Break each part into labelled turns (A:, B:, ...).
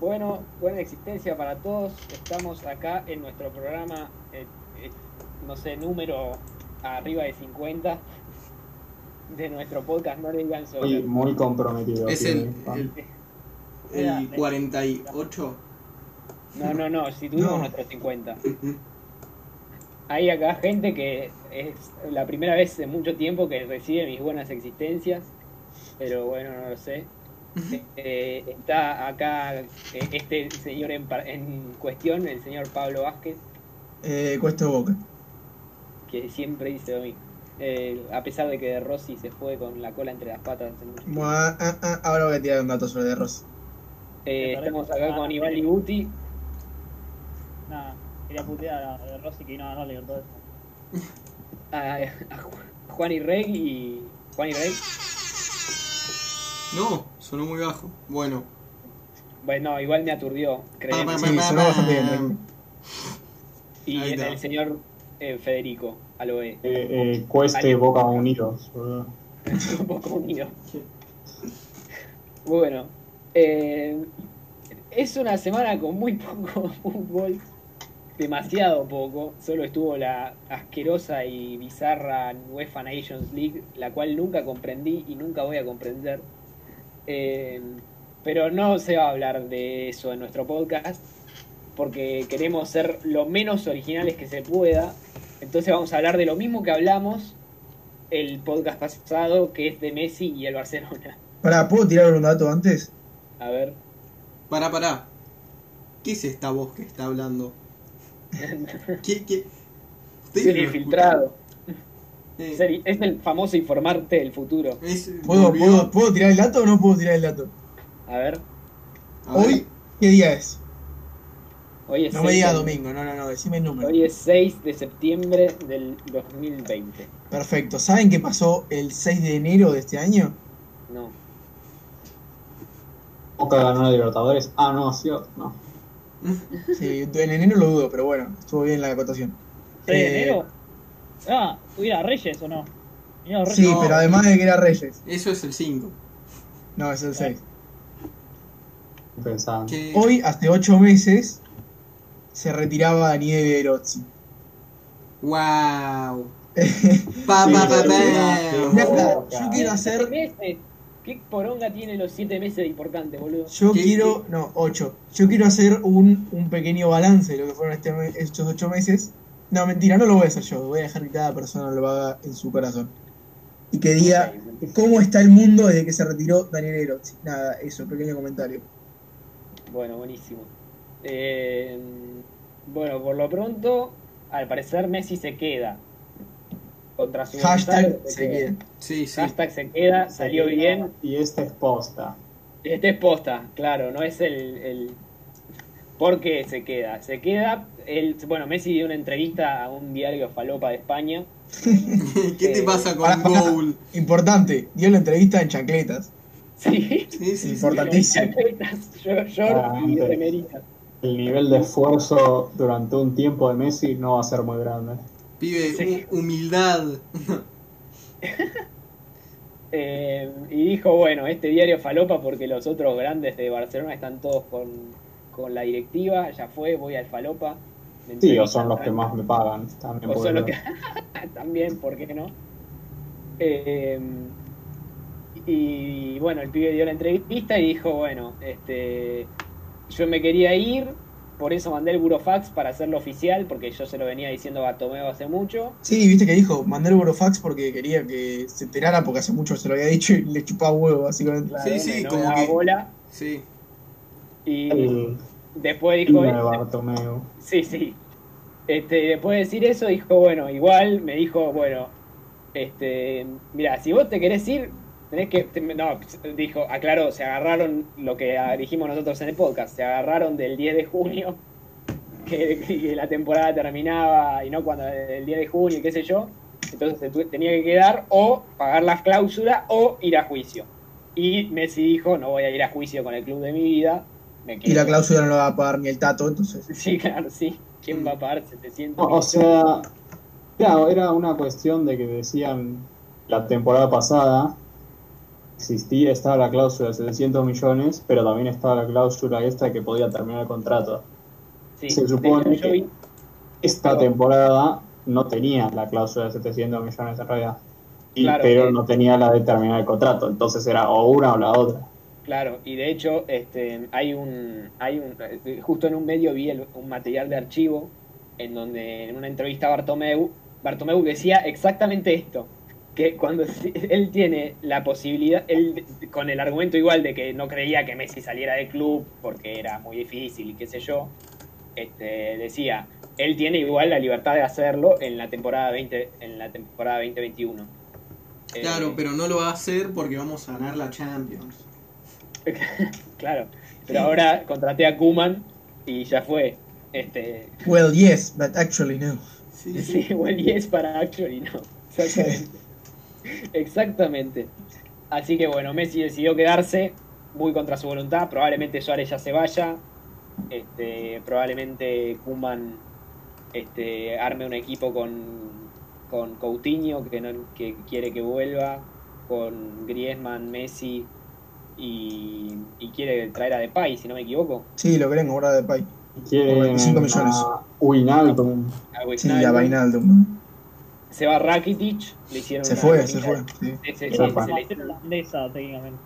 A: Bueno, buena existencia para todos. Estamos acá en nuestro programa, eh, eh, no sé, número arriba de 50 de nuestro podcast. No le digan
B: Muy,
A: sobre.
B: muy comprometido.
C: Es el,
B: tiene, Juan.
C: el, el 48.
A: No, no, no, si tuvimos
C: No.
A: nuestro 50. Hay acá gente que es la primera vez en mucho tiempo que recibe mis buenas existencias, pero bueno, no lo sé. Eh, está acá eh, este señor en, par- en cuestión, el señor Pablo Vázquez,
D: Eh, Cuesta de Boca.
A: que siempre dice lo mismo. Eh, a pesar de que de Rossi se fue con la cola entre las patas. hace mucho tiempo.
D: Buah, ah, ah, ahora voy a tirar un dato sobre De Rossi.
A: Eh,
E: Me parece
A: estamos acá
E: mal.
A: con Iván Liguti.
E: Nada,
D: Ah.
E: quería putear a de Rossi que vino a ganar la Libertadores.
D: Eh.
A: a, a Ju- Juan y Rey y Juan y Rey.
C: No, sonó muy bajo. Bueno.
A: Bueno, igual me aturdió,
C: Pa, pa,
A: créeme.
C: pa,
D: Sí,
C: pa,
D: sonó
C: pa.
D: bastante bien, eh. tranquilo.
A: Y
C: Ahí está.
A: el señor eh, Federico E. Aloe,
B: Eh, eh, cueste
A: Ahí.
B: Boca Unidos, boludo.
A: un poco unido. Bueno, eh, es una semana con muy poco fútbol, demasiado poco. Solo estuvo la asquerosa y bizarra UEFA Nations League, la cual nunca comprendí y nunca voy a comprender. Eh, pero no se va a hablar de eso en nuestro podcast, porque queremos ser lo menos originales que se pueda. Entonces vamos a hablar de lo mismo que hablamos el podcast pasado, que es de Messi y el Barcelona.
D: Pará, ¿puedo tirar un dato antes?
A: A ver.
C: Pará, pará. ¿Qué es esta voz que está hablando? ¿Qué, qué? Ustedes
A: Ser
C: no lo
A: infiltrado.
C: escuchan. Eh,
A: Ser- es el famoso informarte del futuro.
C: es-
D: ¿Puedo,
C: volvió.
D: puedo, ¿Puedo tirar el dato o no puedo tirar el dato?
A: A ver,
C: A ver,
D: Hoy, ¿qué día es?
A: hoy es,
D: No me
A: 6
D: digas
A: de-
D: domingo, no, no, no, decime el número.
A: hoy es 6 de septiembre del 2020.
D: Perfecto. ¿Saben qué pasó el 6 de enero de este año?
A: No.
B: Boca ganó la Libertadores. Ah, no, sí, no.
D: Sí, en enero lo dudo, pero bueno, estuvo bien la acotación.
E: ¿6 de
D: Eh,
E: enero? Ah, ¿hubiera Reyes o no? Mirá, Reyes.
D: Sí,
C: No.
D: pero además de que era Reyes.
C: Eso es el 5.
D: No, es el 6.
B: Pensaba.
C: ¿Qué?
D: Hoy, hace 8 meses, se retiraba Daniele Erozzi.
C: Wow.
D: Ah,
C: Pa,
B: Sí,
C: pa, pa,
B: sí,
C: pa.
B: sí.
D: Nada,
B: Boca.
D: yo quiero
A: ¿Siete
D: hacer
A: meses? ¿Qué poronga tiene los 7 meses de importante, boludo?
D: Yo
C: ¿Qué-
D: quiero, no, ocho. Yo quiero hacer un, un pequeño balance de lo que fueron este me- estos ocho meses. No, mentira, no lo voy a hacer yo. Voy a dejar que cada persona lo haga en su corazón. Y que diga cómo está el mundo desde que se retiró Daniel Erotzi. Nada, eso, pequeño comentario.
A: Bueno, buenísimo. Eh, bueno, por lo pronto, al parecer Messi se queda. Contra su
D: Hashtag
A: voluntad,
D: se queda.
C: Sí, sí.
A: Hashtag se queda, salió bien.
B: Y esta es posta.
A: Este es posta, claro, no es el, el... ¿Por qué se queda? Se queda, el... bueno, Messi dio una entrevista a un diario falopa de España.
C: ¿Qué te
A: Eh,
C: pasa con
D: pará, pará.
C: Goul?
D: Importante, dio la entrevista en chancletas.
A: Sí,
C: Sí, sí, sí.
D: Importantísimo.
A: Yo- short y
B: Ah, ok.
A: remerita.
B: El nivel de esfuerzo durante un tiempo de Messi no va a ser muy grande.
C: Pibe,
A: Sí.
C: hu- humildad.
A: Eh, y dijo, bueno, este diario falopa porque los otros grandes de Barcelona están todos con, con la directiva, ya fue, voy al falopa. Me
B: Sí, o
A: entrevistan,
B: son los que más me pagan. También
A: O
B: puede
A: solo
B: ser.
A: que- también, ¿por qué no? Eh, y bueno, el pibe dio la entrevista y dijo, bueno, este yo me quería ir, por eso mandé el burofax para hacerlo oficial, porque yo se lo venía diciendo a Tomeo hace mucho.
D: Sí, viste que dijo, mandé el Eurofax porque quería que se enterara porque hace mucho se lo había dicho y le chupaba huevo, básicamente.
A: La
C: Sí,
A: DM
C: sí,
A: no
C: como
A: me daba
C: que-
A: bola.
C: Sí.
A: Y
B: El
A: después dijo,
B: pino de
A: eh,
B: Bartomeu.
A: Sí, sí. Este, y después de decir eso, dijo, bueno, igual me dijo, bueno, este, mira, si vos te querés ir, tenés que, te- no, dijo, aclaró, se agarraron lo que ah, dijimos nosotros en el podcast, se agarraron del 10 de junio, que, que la temporada terminaba, y no cuando el 10 de junio, y qué sé yo, entonces se tu- tenía que quedar o pagar la cláusula o ir a juicio. Y Messi dijo, no voy a ir a juicio con el club de mi vida. Me
D: Y la
A: quedo.
D: cláusula no la va a pagar ni el tato, entonces.
A: Sí, claro, sí. ¿Quién va a pagar 700?
B: Mm. No, o
A: millones?
B: sea, claro, era una cuestión de que decían la temporada pasada existía, estaba la cláusula de 700 millones, pero también estaba la cláusula esta de que podía terminar el contrato.
A: Sí,
B: Se
A: de
B: supone
A: hecho, yo
B: que-
A: vi-
B: Esta
A: Claro.
B: temporada no tenía la cláusula de 700 millones en realidad, Y-
A: Claro,
B: pero
A: eh.
B: no tenía la de terminar el contrato, entonces era o una o la otra.
A: Claro, y de hecho, este, hay un, hay un, eh, justo en un medio vi el- un material de archivo en donde en una entrevista a Bartomeu, Bartomeu decía exactamente esto, que cuando se- él tiene la posibilidad, él con el argumento igual de que no creía que Messi saliera del club porque era muy difícil y qué sé yo, este, decía, él tiene igual la libertad de hacerlo en la temporada 20, en la temporada 2021. Eh,
C: Claro, pero no lo va a hacer porque vamos a ganar la Champions.
A: Claro, pero ahora contraté a Kuman y ya fue. Este,
D: Well, yes, but actually no.
C: Sí, sí.
A: sí, igual y es para actually no. Exactamente. Exactamente. Así que bueno, Messi decidió quedarse muy contra su voluntad. Probablemente Suárez ya se vaya. Este, probablemente Kuman este, arme un equipo con, con Coutinho que, no, que quiere que vuelva, con Griezmann, Messi y, y quiere traer a Depay, si no me equivoco.
D: Sí, lo quieren cobrar de Pay. Por
B: Quieren
D: 25 millones.
B: a Wijnaldum.
A: a
D: Sí,
A: Wijnaldum.
D: a Vainaldum.
A: Se va Rakitic, le hicieron
D: Se
A: una
D: fue,
A: bonita-
D: se fue. sí.
A: se- se-
B: Se
A: se
B: fue.
A: le
E: Selección holandesa, técnicamente.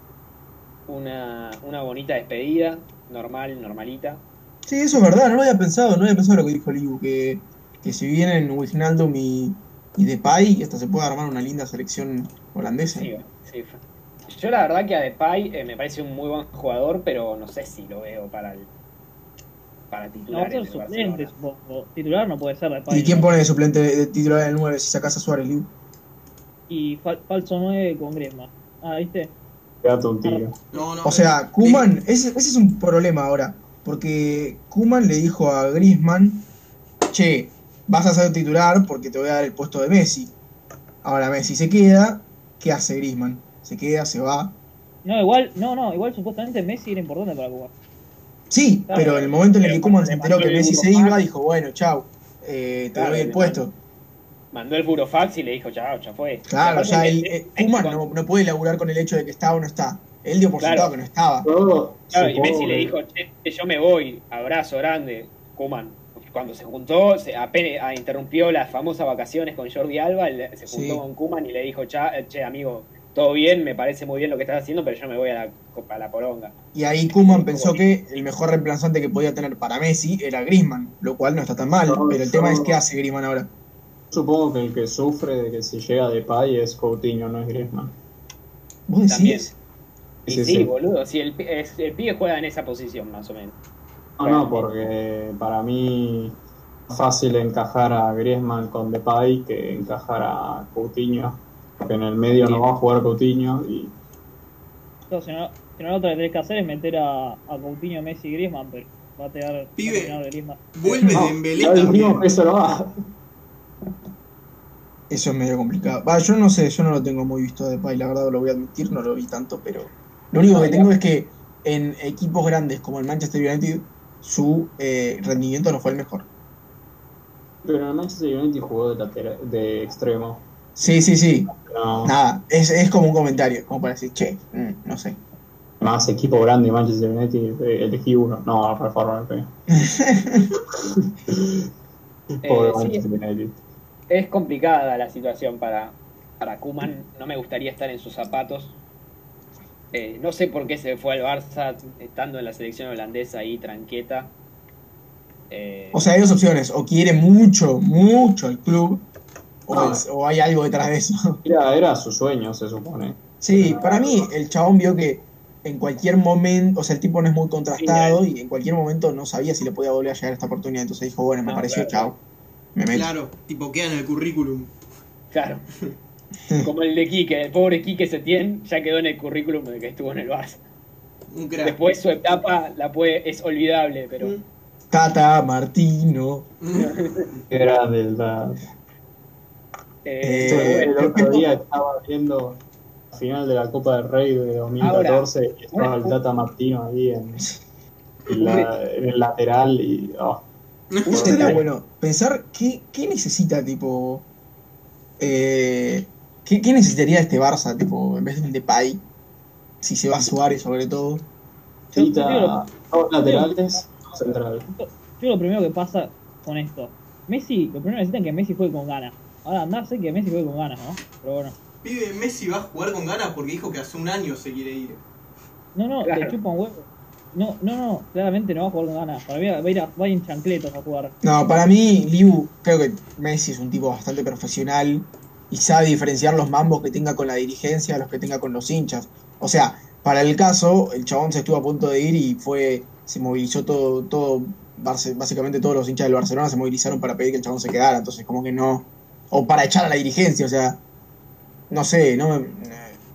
A: una, una bonita despedida, normal, normalita.
D: Sí, eso es verdad, no lo había pensado, no había pensado lo que dijo Liu, que, que si vienen Wijnaldum y, y Depay, hasta se puede armar una linda selección holandesa.
A: Sí, sí, fue. Yo la verdad que a Depay eh, me parece un muy buen jugador, pero no sé si lo veo para el para
E: No,
A: titular
E: va a
A: en
E: ser
A: el
E: suplente,
A: Barcelona.
E: supongo. Titular no puede ser de
D: ¿Y
E: Pay.
D: quién pone de suplente de titular en el 9 si sacas a Suárez, Liu?
E: Y fal- falso 9 con Griezmann. Ah, ¿viste?
B: Quédate un tiro.
C: No, no,
D: O sea, Kuman, ese, ese es un problema ahora. Porque Kuman le dijo a Griezmann, che, vas a ser titular porque te voy a dar el puesto de Messi. Ahora Messi se queda, ¿qué hace Griezmann? Se queda, se va.
E: No, igual, no, no, igual supuestamente Messi era importante para Cuba.
D: Sí,
E: Claro,
D: pero en el momento en el que
A: pero
D: Kuman
A: cuando
D: se
A: le
D: enteró
A: mandó
D: que
A: el
D: Messi se
A: grupo
D: iba,
A: más-
D: dijo, bueno, chau, eh, te
A: Claro,
D: doy el
A: le
D: puesto.
A: Mandó el burofax y le dijo, chao, ya fue.
D: Claro,
A: Y aparte
D: ya
A: que-
D: ahí, eh, Kuman no, no puede laburar con el hecho de que estaba o no está. Él dio por
A: Claro.
D: sentado que no estaba.
B: Todo,
A: Claro, y
B: supongo
A: Messi le
B: que-
A: dijo, che, que yo me voy, abrazo grande, Kuman. Cuando se juntó, se apenas ah, interrumpió las famosas vacaciones con Jordi Alba, él se juntó
D: Sí.
A: con Kuman y le dijo, "Cha- eh, che, amigo, todo bien, me parece muy bien lo que estás haciendo, pero yo me voy a la, a la poronga.
D: Y ahí Kuman pensó que el mejor reemplazante que podía tener para Messi era Griezmann, lo cual no está tan mal,
B: No,
D: pero el
B: yo-
D: tema es qué hace Griezmann ahora.
B: Supongo que el que sufre de que si llega Depay es Coutinho, no es Griezmann.
D: ¿Vos
A: También.
D: decís?
A: Y
B: Sí,
A: sí,
B: sí.
A: boludo, si el, pi- es- el pibe juega en esa posición, más o menos. Ah,
B: No, no, porque para mí es fácil encajar a Griezmann con Depay que encajar a Coutinho. Porque en el medio no va a jugar Coutinho y
E: Entonces, si no, si no, lo otro que tenés que hacer es meter a, a Coutinho, Messi y Griezmann, pero va a tener
C: Pibe.
E: Griezmann.
C: Vuelve
B: No,
C: Dembélé
B: ya dijimos que
C: también.
B: eso lo va.
D: Eso es medio complicado. Va, yo no sé, yo no lo tengo muy visto de Depay, la verdad lo voy a admitir, no lo vi tanto, pero lo único que tengo es que en equipos grandes como el Manchester United, su eh, rendimiento no fue el mejor.
B: Pero el Manchester United jugó de, lateral- de extremo.
D: Sí, sí, sí.
B: No,
D: Nada, es, es como un comentario, como para decir, che, mm, no sé.
B: más equipo grande de Manchester United, eh, elegí uno. No, reforma. Pobre
A: Eh, sí,
B: Manchester United.
A: es complicada la situación para, para Kuman. No me gustaría estar en sus zapatos. Eh, no sé por qué se fue al Barça estando en la selección holandesa ahí tranqueta. Eh,
D: O sea, hay dos opciones, o quiere mucho, mucho al club, o,
B: No.
D: es- o hay algo detrás de eso.
B: Era, era su sueño, se supone.
D: Sí, para mí el chabón vio que en cualquier momento, o sea, el tipo no es muy contrastado y en cualquier momento no sabía si le podía volver a llegar a esta oportunidad, entonces dijo, bueno, me
A: No,
D: pareció
A: claro.
D: chao. Me meto.
C: Claro, tipo queda en el currículum.
A: claro. Como el de Quique, el pobre Quique Setién ya quedó en el currículum de que estuvo en el Barça.
C: Un crack.
A: Después su etapa la puede, es olvidable, pero
C: Mm.
D: Tata, Martino.
C: Mm.
B: Era del. la-
A: eh,
D: Eh,
A: pero
B: el
A: bueno.
B: otro día estaba viendo la final de la Copa del Rey de 2014 y estaba el Tata Martino ahí en, en la- en el lateral y. oh,
D: No sería
B: Claro.
D: bueno pensar qué, qué necesita, tipo. eh, ¿qué, qué necesitaría este Barça, tipo, en vez de un Depay? si se va Suárez sobre todo.
E: Yo- yo digo
B: Cita
E: lo-
B: dos laterales, dos centrales.
E: Yo lo primero que pasa con esto, Messi, lo primero que necesitan es que Messi juegue con ganas. Ahora andá a hacer que Messi juegue con ganas, ¿no? Pero bueno.
C: Pibe, Messi va a jugar con ganas porque dijo que hace un año se quiere ir.
E: No, no,
A: Claro.
E: le chupa un huevo. No, no, no, claramente no va a jugar con ganas. Para mí va a ir, a, va a ir en chancletos a jugar.
D: No, para mí, Liu, creo que Messi es un tipo bastante profesional y sabe diferenciar los mambos que tenga con la dirigencia, los que tenga con los hinchas. O sea, para el caso, el chabón se estuvo a punto de ir y fue, se movilizó todo, todo, Barce- básicamente todos los hinchas del Barcelona se movilizaron para pedir que el chabón se quedara, entonces como que no, o para echar a la dirigencia, o sea, no sé, no, me-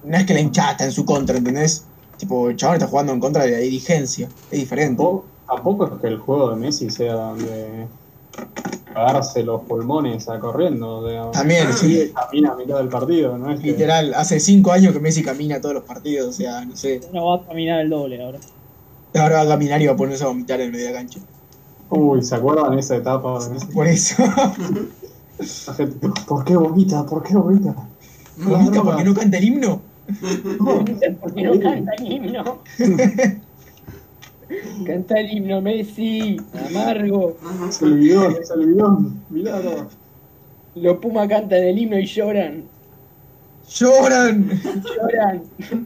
D: no es que la hinchada está en su contra, ¿entendés? Tipo, el chabón está jugando en contra de la dirigencia, es diferente.
B: Tampoco, tampoco es que el juego de Messi sea donde cagarse los pulmones a corriendo. o sea,
D: También, sí.
B: Messi camina a mitad del partido, ¿no? Es que-
D: Literal, hace cinco años que Messi camina todos los partidos, o sea, no sé.
E: No va a caminar el doble ahora.
D: Ahora va a caminar y va a ponerse a vomitar en medio de la cancha.
B: Uy, ¿se acuerdan esa etapa de Messi?
D: Por eso.
B: La gente, ¿Por qué vomita? ¿Por qué vomita?
D: ¿Vomita porque no canta el himno?
A: Porque no canta el himno. canta el himno, Messi. Amargo.
B: Es el bidón, es el bidón. Mirá, no.
A: Los Pumas cantan el himno y lloran.
D: ¡Lloran!
A: Lloran.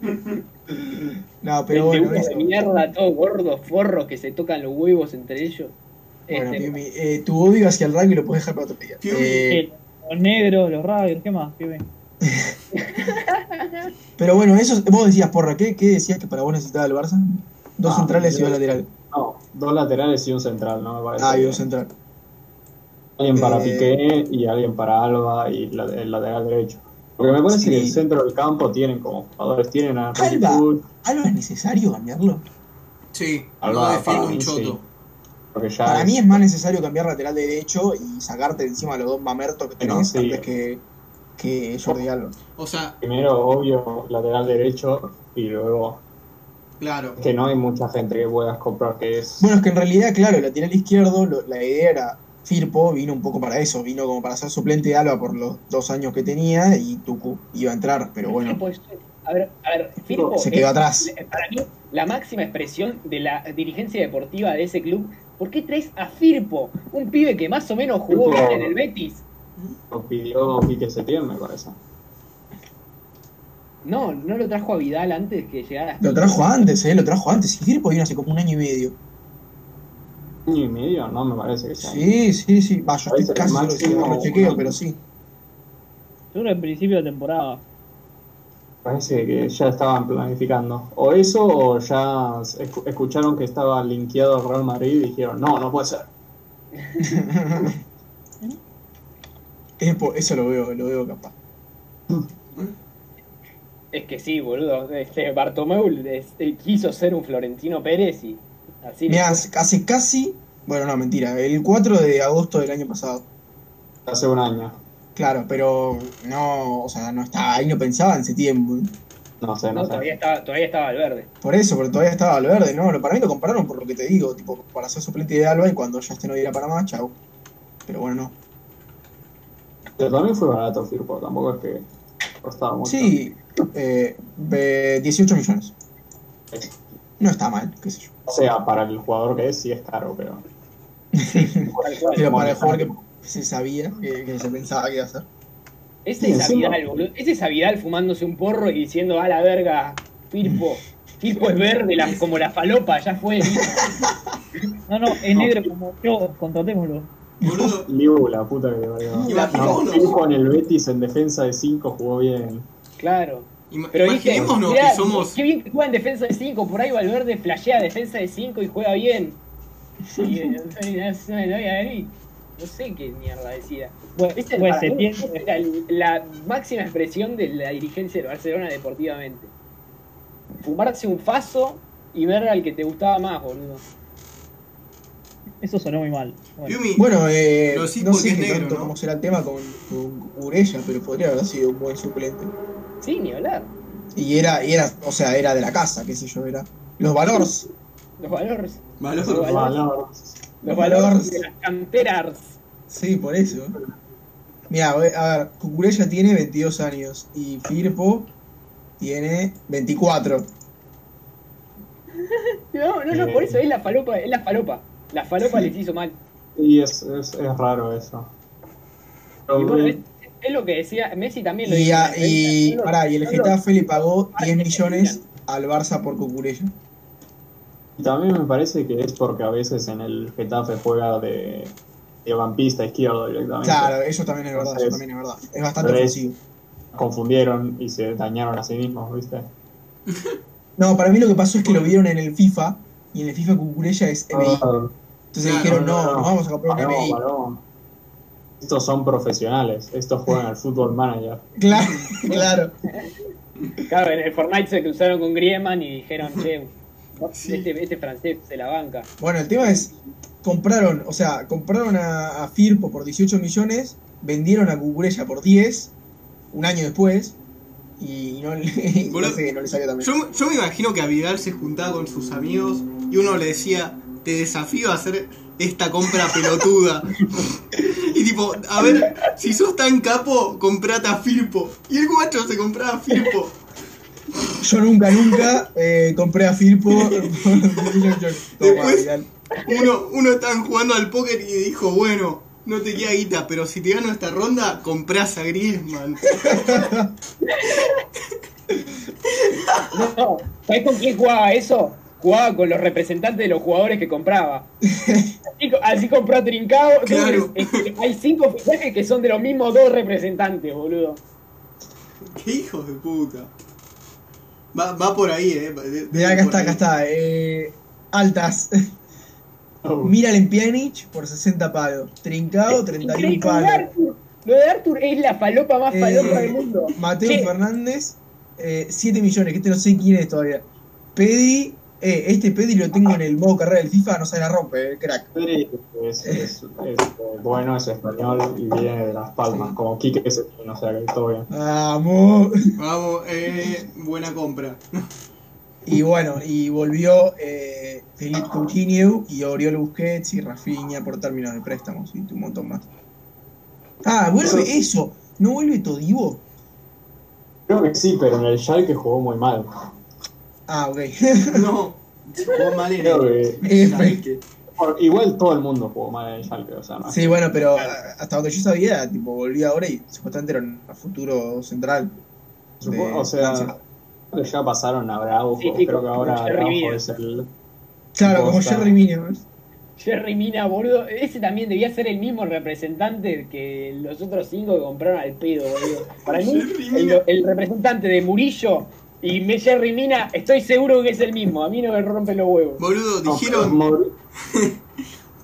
D: No, pero
A: Pero
B: Este,
D: bueno, eso.
A: de mierda, todos gordos, forros que se tocan los huevos entre ellos.
D: Bueno,
A: Este,
D: Piumi, eh, tu odio hacia el rugby lo puedes dejar para otro día.
C: Piumi.
D: Eh,
E: Eh, los negros, los rabios, ¿qué más? ¿Qué ven?
D: pero bueno, eso vos decías, porra, ¿qué, qué decías que para vos necesitaba el Barça? Dos
B: Ah,
D: centrales y
B: yo-
D: dos laterales.
B: No, dos laterales y un central, ¿no? Me parece.
D: Ah, y dos centrales.
B: Alguien para
D: Eh,
B: Piqué y alguien para Alba y la- el lateral derecho. Porque me parece
D: Sí.
B: que el centro del campo tienen como jugadores, tienen a Ricky
D: Alba.
B: Puig,
D: ¿Algo es necesario cambiarlo?
C: Sí,
B: Alba,
C: no defiendo
B: para mí,
C: un choto.
B: porque ya
D: Para
B: es-
D: mí es más necesario cambiar lateral derecho y sacarte de encima los dos mamertos que
B: Bueno,
D: tenés
B: sí.
D: antes que, que Jordi Alba.
C: O sea,
B: primero, obvio, lateral derecho y luego
C: claro.
B: que no hay mucha gente que puedas comprar que es
D: Bueno, es que en realidad, claro, el lateral izquierdo, lo- la idea era Firpo, vino un poco para eso, vino como para ser suplente de Alba por los dos años que tenía y Tucu iba a entrar, pero bueno,
A: Firpo eh, es- a ver, a ver, Firpo
D: se quedó
A: es,
D: atrás.
A: para mí la máxima expresión de la dirigencia deportiva de ese club. ¿Por qué traes a Firpo? Un pibe que más o menos jugó
B: Firpo-
A: bien en el Betis.
B: lo pidió Pique Setién, me parece.
A: No, no lo trajo a Vidal antes que llegara.
D: Lo trajo antes, ¿eh? Lo trajo antes. Y Firpo vino hace como un año y medio.
B: Año y medio, no me parece que sea.
D: Sí, sí, sí. Va, yo
B: Ahí
D: estoy
B: está el
D: casi seguro que
B: máximo,
D: no lo chequeo,
B: ¿no?
D: pero sí.
E: Yo creo que en principio de temporada.
B: Parece que ya estaban planificando. O eso, o ya escu- escucharon que estaba linkeado al Real Madrid y dijeron, no, no puede ser.
D: Es po- Eso lo veo, lo veo capaz.
A: Es que sí, boludo. Este Bartomeu este, quiso ser un Florentino Pérez y así.
D: Mirá, hace hace casi. Bueno, no, mentira. El 4 de agosto del año pasado.
B: Hace un año.
D: Claro, pero no, o sea, no estaba ahí, no pensaba en ese tiempo.
B: No sé, no,
A: No,
B: sé.
A: todavía estaba, todavía estaba al verde.
D: Por eso, porque todavía estaba Valverde, ¿no? Para mí lo compararon por lo que te digo, tipo, para ser suplente de Alba y cuando ya este no diera para más, chau. Pero bueno, no.
B: Pero también fue barato Firpo, tampoco es que costaba mucho.
D: Sí, eh, ve- 18 millones. No está mal, qué sé yo.
B: O sea, para el jugador que es, sí es caro, pero.
A: Tal cual.
D: Pero para el jugador que se sabía, que, que se pensaba que iba a hacer.
A: Ese Este es
B: Encima-
A: Vidal, boludo. Ese es Vidal fumándose un porro y diciendo, a la verga, Firpo. Firpo es verde la- como la falopa, ya fue.
E: No, no, es negro como yo, contratémoslo.
C: Boludo,
B: Liu, la puta que parió. No,
C: imaginémonos.
B: Firpo en el Betis en defensa de 5 jugó bien.
A: Claro.
C: Ima-
A: Pero viste,
C: imaginémonos
A: mirá,
C: que somos.
A: Qué bien que juega en defensa de 5. Por ahí Valverde flashea defensa de 5 y juega bien. Y, eh, no, no, no, no sé qué mierda decía.
E: Pues,
A: Este
E: pues
A: para
E: se
A: mí,
E: tiene-
A: era el- la máxima expresión de la dirigencia del Barcelona deportivamente. Fumarse un faso y ver al que te gustaba más, boludo.
E: Eso sonó muy mal. Bueno,
C: Piumi,
D: Bueno, eh,
C: Lo decís
D: no
C: porque
D: sé
C: es
D: qué
C: negro,
D: tanto
C: ¿no?
D: cómo será el tema con, con Urella, pero podría haber sido un buen suplente.
A: Sí, ni hablar.
D: Y era, y era, o sea, era de la casa, qué sé yo, era. Los valores.
A: Los valores.
C: valor.
A: Valor.
B: Valor.
A: Los
D: Los
A: valores
D: valores.
A: de las canteras.
D: Sí, por eso. Mira, a ver, Cucurella tiene 22 años y Firpo tiene 24.
A: No, no, no, por eso es la falopa, es la falopa. La falopa les hizo mal.
B: Y es, es, es raro eso. Pero
A: Y bueno, es,
B: bien,
A: es lo que decía, Messi también lo Ah,
D: Y,
A: dijo.
D: a- y,
A: Solo-
D: pará, y el
A: solo-
D: Getafe le pagó 10 millones al Barça por Cucurella.
B: y también me parece que es porque a veces en el Getafe juega de, de vampista izquierdo directamente.
D: Claro, eso también es verdad, eso
B: Entonces,
D: también es verdad. Es bastante
B: Ah, tres.
D: ofensivo.
B: Confundieron y se dañaron a sí mismos, ¿viste?
D: No, para mí lo que pasó es que lo vieron en el FIFA y en el FIFA Cucurella es MI.
B: Ah,
D: Entonces
C: Claro,
D: dijeron,
B: no,
D: no,
B: no.
D: nos vamos a comprar un
B: paró,
D: MI.
B: paró. Estos son profesionales, estos juegan al fútbol manager.
D: Claro, claro.
A: Claro, en el Fortnite se cruzaron con Grieman y dijeron, che,
C: Sí.
A: este, este francés se la banca.
D: Bueno, el tema es, compraron, o sea, compraron a, a Firpo por 18 millones, vendieron a Cucurella por 10, un año después, y no, le- no
C: Boludo,
D: sé, no le salió también.
C: Yo, yo me imagino que a Vidal se juntaba con sus amigos y uno le decía, te desafío a hacer esta compra pelotuda. y tipo, a ver, si sos tan capo, comprate a Firpo. Y el guacho se compraba a Firpo.
D: Yo nunca, nunca eh, compré a Firpo.
C: Después-
D: Después,
C: Uno, uno estaban jugando al póker y dijo, bueno, no te queda guita, pero si te gano esta ronda, comprás a Griezmann.
A: No, ¿sabés con quién jugaba eso? Jugaba con los representantes de los jugadores que compraba. Así, co- así compró a Trincao. dos
C: Claro.
A: re- es que hay cinco fichajes que son de los mismos dos representantes, boludo.
C: ¡Qué hijos de puta! Va, va por ahí, eh. va- de- de-
D: Mirá, acá
C: por
D: está,
C: ahí.
D: acá está. eh, altas. Miral en Pjanic por 60 palos. Trincado, 31
A: Increíble, lo de
D: palos.
A: Arthur. Lo de Arthur es la falopa más
D: Eh,
A: falopa del mundo.
D: Mateo
A: Che,
D: Fernández, eh, 7 millones, que este no sé quién es todavía. Pedri, eh, este Pedri lo tengo en el modo carrera del FIFA, no se la rompe, eh, crack.
B: Pedri es, es- es, eh, bueno, es español y viene de Las Palmas, como Quique Setién, o sea que todo bien.
D: Vamos.
C: Vamos, eh, buena compra.
D: Y bueno, y volvió eh, Felipe Coutinho y Oriol Busquets y Rafinha por términos de préstamos y un montón más. Ah, vuelve eso. ¿No vuelve Todivo?
B: Creo que sí, pero en el Schalke jugó muy mal.
D: Ah, ok.
C: No, jugó mal en
B: Creo que
C: el-
D: F.
C: ¿sabés qué?
B: por- igual todo el mundo jugó mal en el Schalke, o sea, no.
D: Sí, bueno, pero ah, hasta donde yo sabía, tipo, volvió ahora y supuestamente era un futuro central.
B: Supo-
D: de
B: o sea,
D: Francia.
B: creo que ya pasaron a Bravo,
A: Sí, sí,
B: creo que
A: como
B: ahora
A: Jerry
B: Bravo
A: Mina.
B: es el...
D: Claro, como
B: posta.
D: Jerry Mina.
A: Jerry Mina, boludo. Ese también debía ser el mismo representante que los otros cinco que compraron al pedo, boludo. Para mí,
C: Jerry Mina.
A: el, el representante de Murillo y me- Jerry Mina, estoy seguro que es el mismo. A mí no me rompen los huevos.
C: Boludo,
B: no,
C: dijeron,
B: pero Mauri-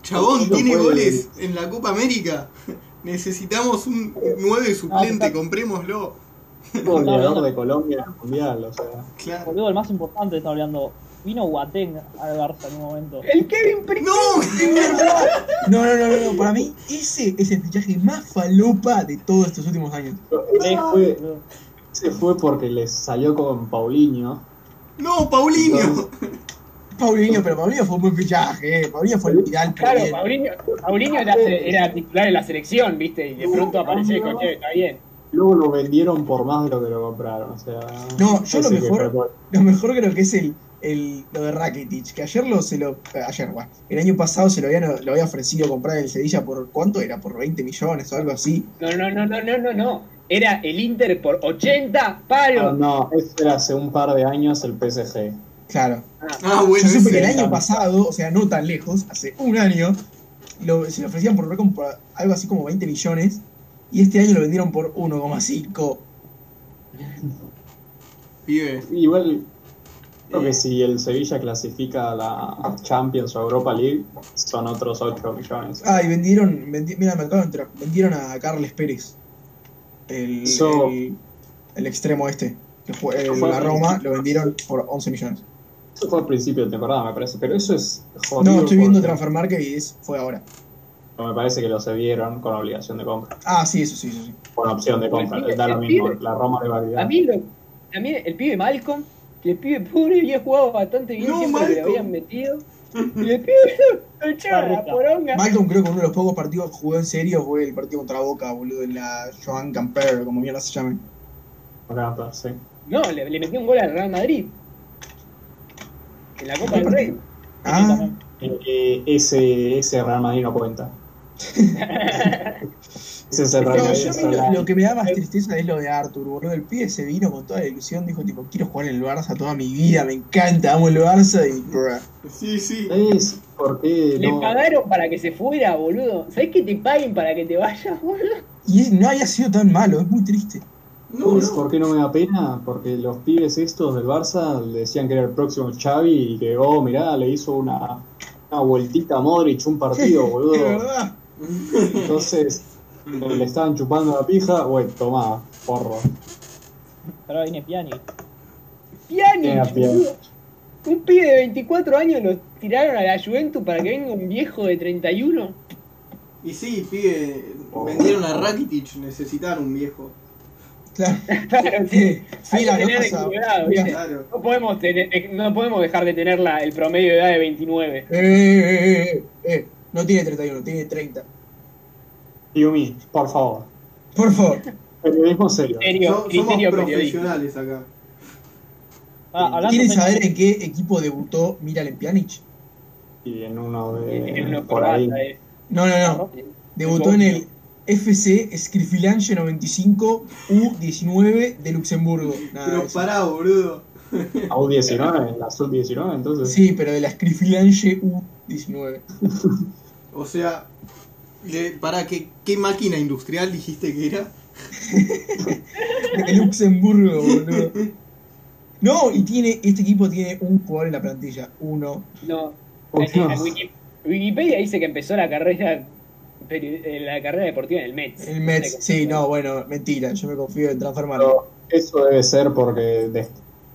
C: chabón,
B: Mauricio
C: tiene
B: fue-
C: goles en la Copa América. Necesitamos un 9 suplente, comprémoslo.
B: fue el goleador de Colombia en el Mundial, o sea...
C: Claro.
E: Boludo, el más importante está hablando. Vino Guateng al Barça en un momento.
A: El Kevin Prince.
C: ¡No!
D: No, no, no, no, no, para mí ese es el fichaje más falopa de todos estos últimos años.
B: Ese fue,
E: Boludo.
B: ese fue porque les salió con Paulinho.
C: ¡No, Paulinho!
D: Paulinho, pero Paulinho fue un buen fichaje, eh. Paulinho fue el viral. pero
A: Claro,
D: bien.
A: Paulinho, Paulinho era, era titular de la selección, ¿viste? Y de pronto apareció y dijo, che, está bien.
B: Luego lo vendieron por más de lo que lo compraron, o sea...
D: No, yo lo
B: ese que
D: mejor-
B: fue-
D: Lo mejor creo que es el, el- lo de Rakitic, que ayer lo se lo eh, ayer, bueno, el año pasado se lo habían lo había ofrecido comprar el Sevilla por ¿cuánto era? Por 20 millones o algo así.
A: No, no, no, no, no, no, no. Era el Inter por 80
B: Ah,
A: palos.
B: no, ese era hace un par de años el PSG.
D: Claro.
C: Ah, bueno,
D: Yo supe que el
C: ese.
D: año pasado, o sea, no tan lejos, hace un año, lo- se lo ofrecían por recom- por algo así como 20 millones y este año lo vendieron por 1,5.
C: Pibe.
B: Igual, creo que si el Sevilla clasifica a la Champions o Europa League, son otros 8 millones.
D: Ah, y vendieron, vendi- mira, me acabo de enterar, vendieron a Carles Pérez, el,
B: So-
D: el, el extremo este, que fue el-
B: Fue-
D: la Roma, lo vendieron por 11 millones.
B: Eso fue al principio de temporada, me parece, pero eso es jodido.
D: No, estoy viendo
B: porque
D: Transfer Market y es, fue ahora.
B: Me parece que lo cedieron con obligación de compra,
D: Ah, sí, eso sí, eso sí.
B: con opción de compra,
A: El pibe-
B: da lo
A: el
B: mismo,
A: pibe-
B: la Roma le va a
A: A
B: quedar.
A: mí, lo, a mí el pibe Malcolm, que el pibe pobre había jugado bastante bien,
C: No,
A: siempre que lo
C: Malcolm.
A: habían metido. Y el pibe lo echaba a la
E: Barruca.
A: poronga.
D: Malcolm creo que uno de los pocos partidos que jugó en serio fue el partido contra Boca, boludo, en la Joan Camper, como mierda se llame.
B: Acá, sí.
A: No, le, le metió un gol al Real Madrid. En la Copa del Rey.
D: Ah,
B: Eh, ese, ese Real Madrid no cuenta. ese es el Real
D: no,
B: Madrid.
D: yo a mí
B: Solari.
D: lo, lo que me da más tristeza es lo de Arthur, boludo. El pibe se vino con toda la ilusión, dijo tipo, quiero jugar en el Barça toda mi vida, me encanta, amo el Barça y... bruh.
C: Sí, sí.
B: ¿Sabés por qué
A: Le
B: no?
A: pagaron para que se fuera, boludo. ¿Sabés que te paguen para que te vayas, boludo?
D: Y no había sido tan malo, es muy triste.
C: No,
B: ¿Sabés
C: no.
B: por qué no me da pena? Porque los pibes estos del Barça le decían que era el próximo Xavi y que, oh, mirá, le hizo una, una vueltita a Modric un partido,
D: De
B: boludo.
D: verdad.
B: Entonces le estaban chupando la pija, güey, tomá, porro.
E: Pero viene Piani.
B: Era
A: Pjanic,
B: Pjanic.
A: boludo. Un pibe de 24 años lo tiraron a la Juventus para que venga un viejo de 31.
C: Y sí, pibe, vendieron a Rakitic, necesitaron un viejo.
D: Claro,
A: Claro, sí.
D: que
A: Hay que
D: fila, no
A: tener
D: pasaba.
A: equilibrado,
D: Mira,
A: ¿viste?
C: Claro.
A: No podemos, tener- eh, no podemos dejar de tener la- el promedio de edad de 29.
D: Eh, eh, eh, eh, eh. No tiene 31, tiene 30.
B: Yumi, por favor.
D: Por favor.
B: Periodismo serio.
A: Serio,
C: So- somos
A: criterio periodista.
C: profesionales acá.
E: Ah, hablando
D: ¿Quieren
E: de-
D: saber en qué equipo debutó Miralem Pjanic?
B: Y en uno de.
A: Tiene unos
B: por ahí.
A: croatas, eh.
D: No, no, no. Debutó en el FC Scrifilange 95 U19 de Luxemburgo. Nada de
A: Ah,
C: Pero
D: eso.
C: pará, boludo.
B: A U19, la sub-19, entonces.
D: eh. Sí, pero de la Scrifilange U19.
C: O sea, le- pará, ¿qué, ¿qué máquina industrial dijiste que era?
D: De Luxemburgo, boludo. No, y tiene, este equipo tiene un jugador en la plantilla. Uno.
A: No,
B: ¿Por
A: eh,
B: qué no?
A: en Wiki- Wikipedia dice que empezó la carrera peri- eh, la carrera deportiva en el Mets.
D: El Mets. Eh, Sí, no, bueno, mentira. Yo me confío en transformar.
B: Pero eso debe ser porque des-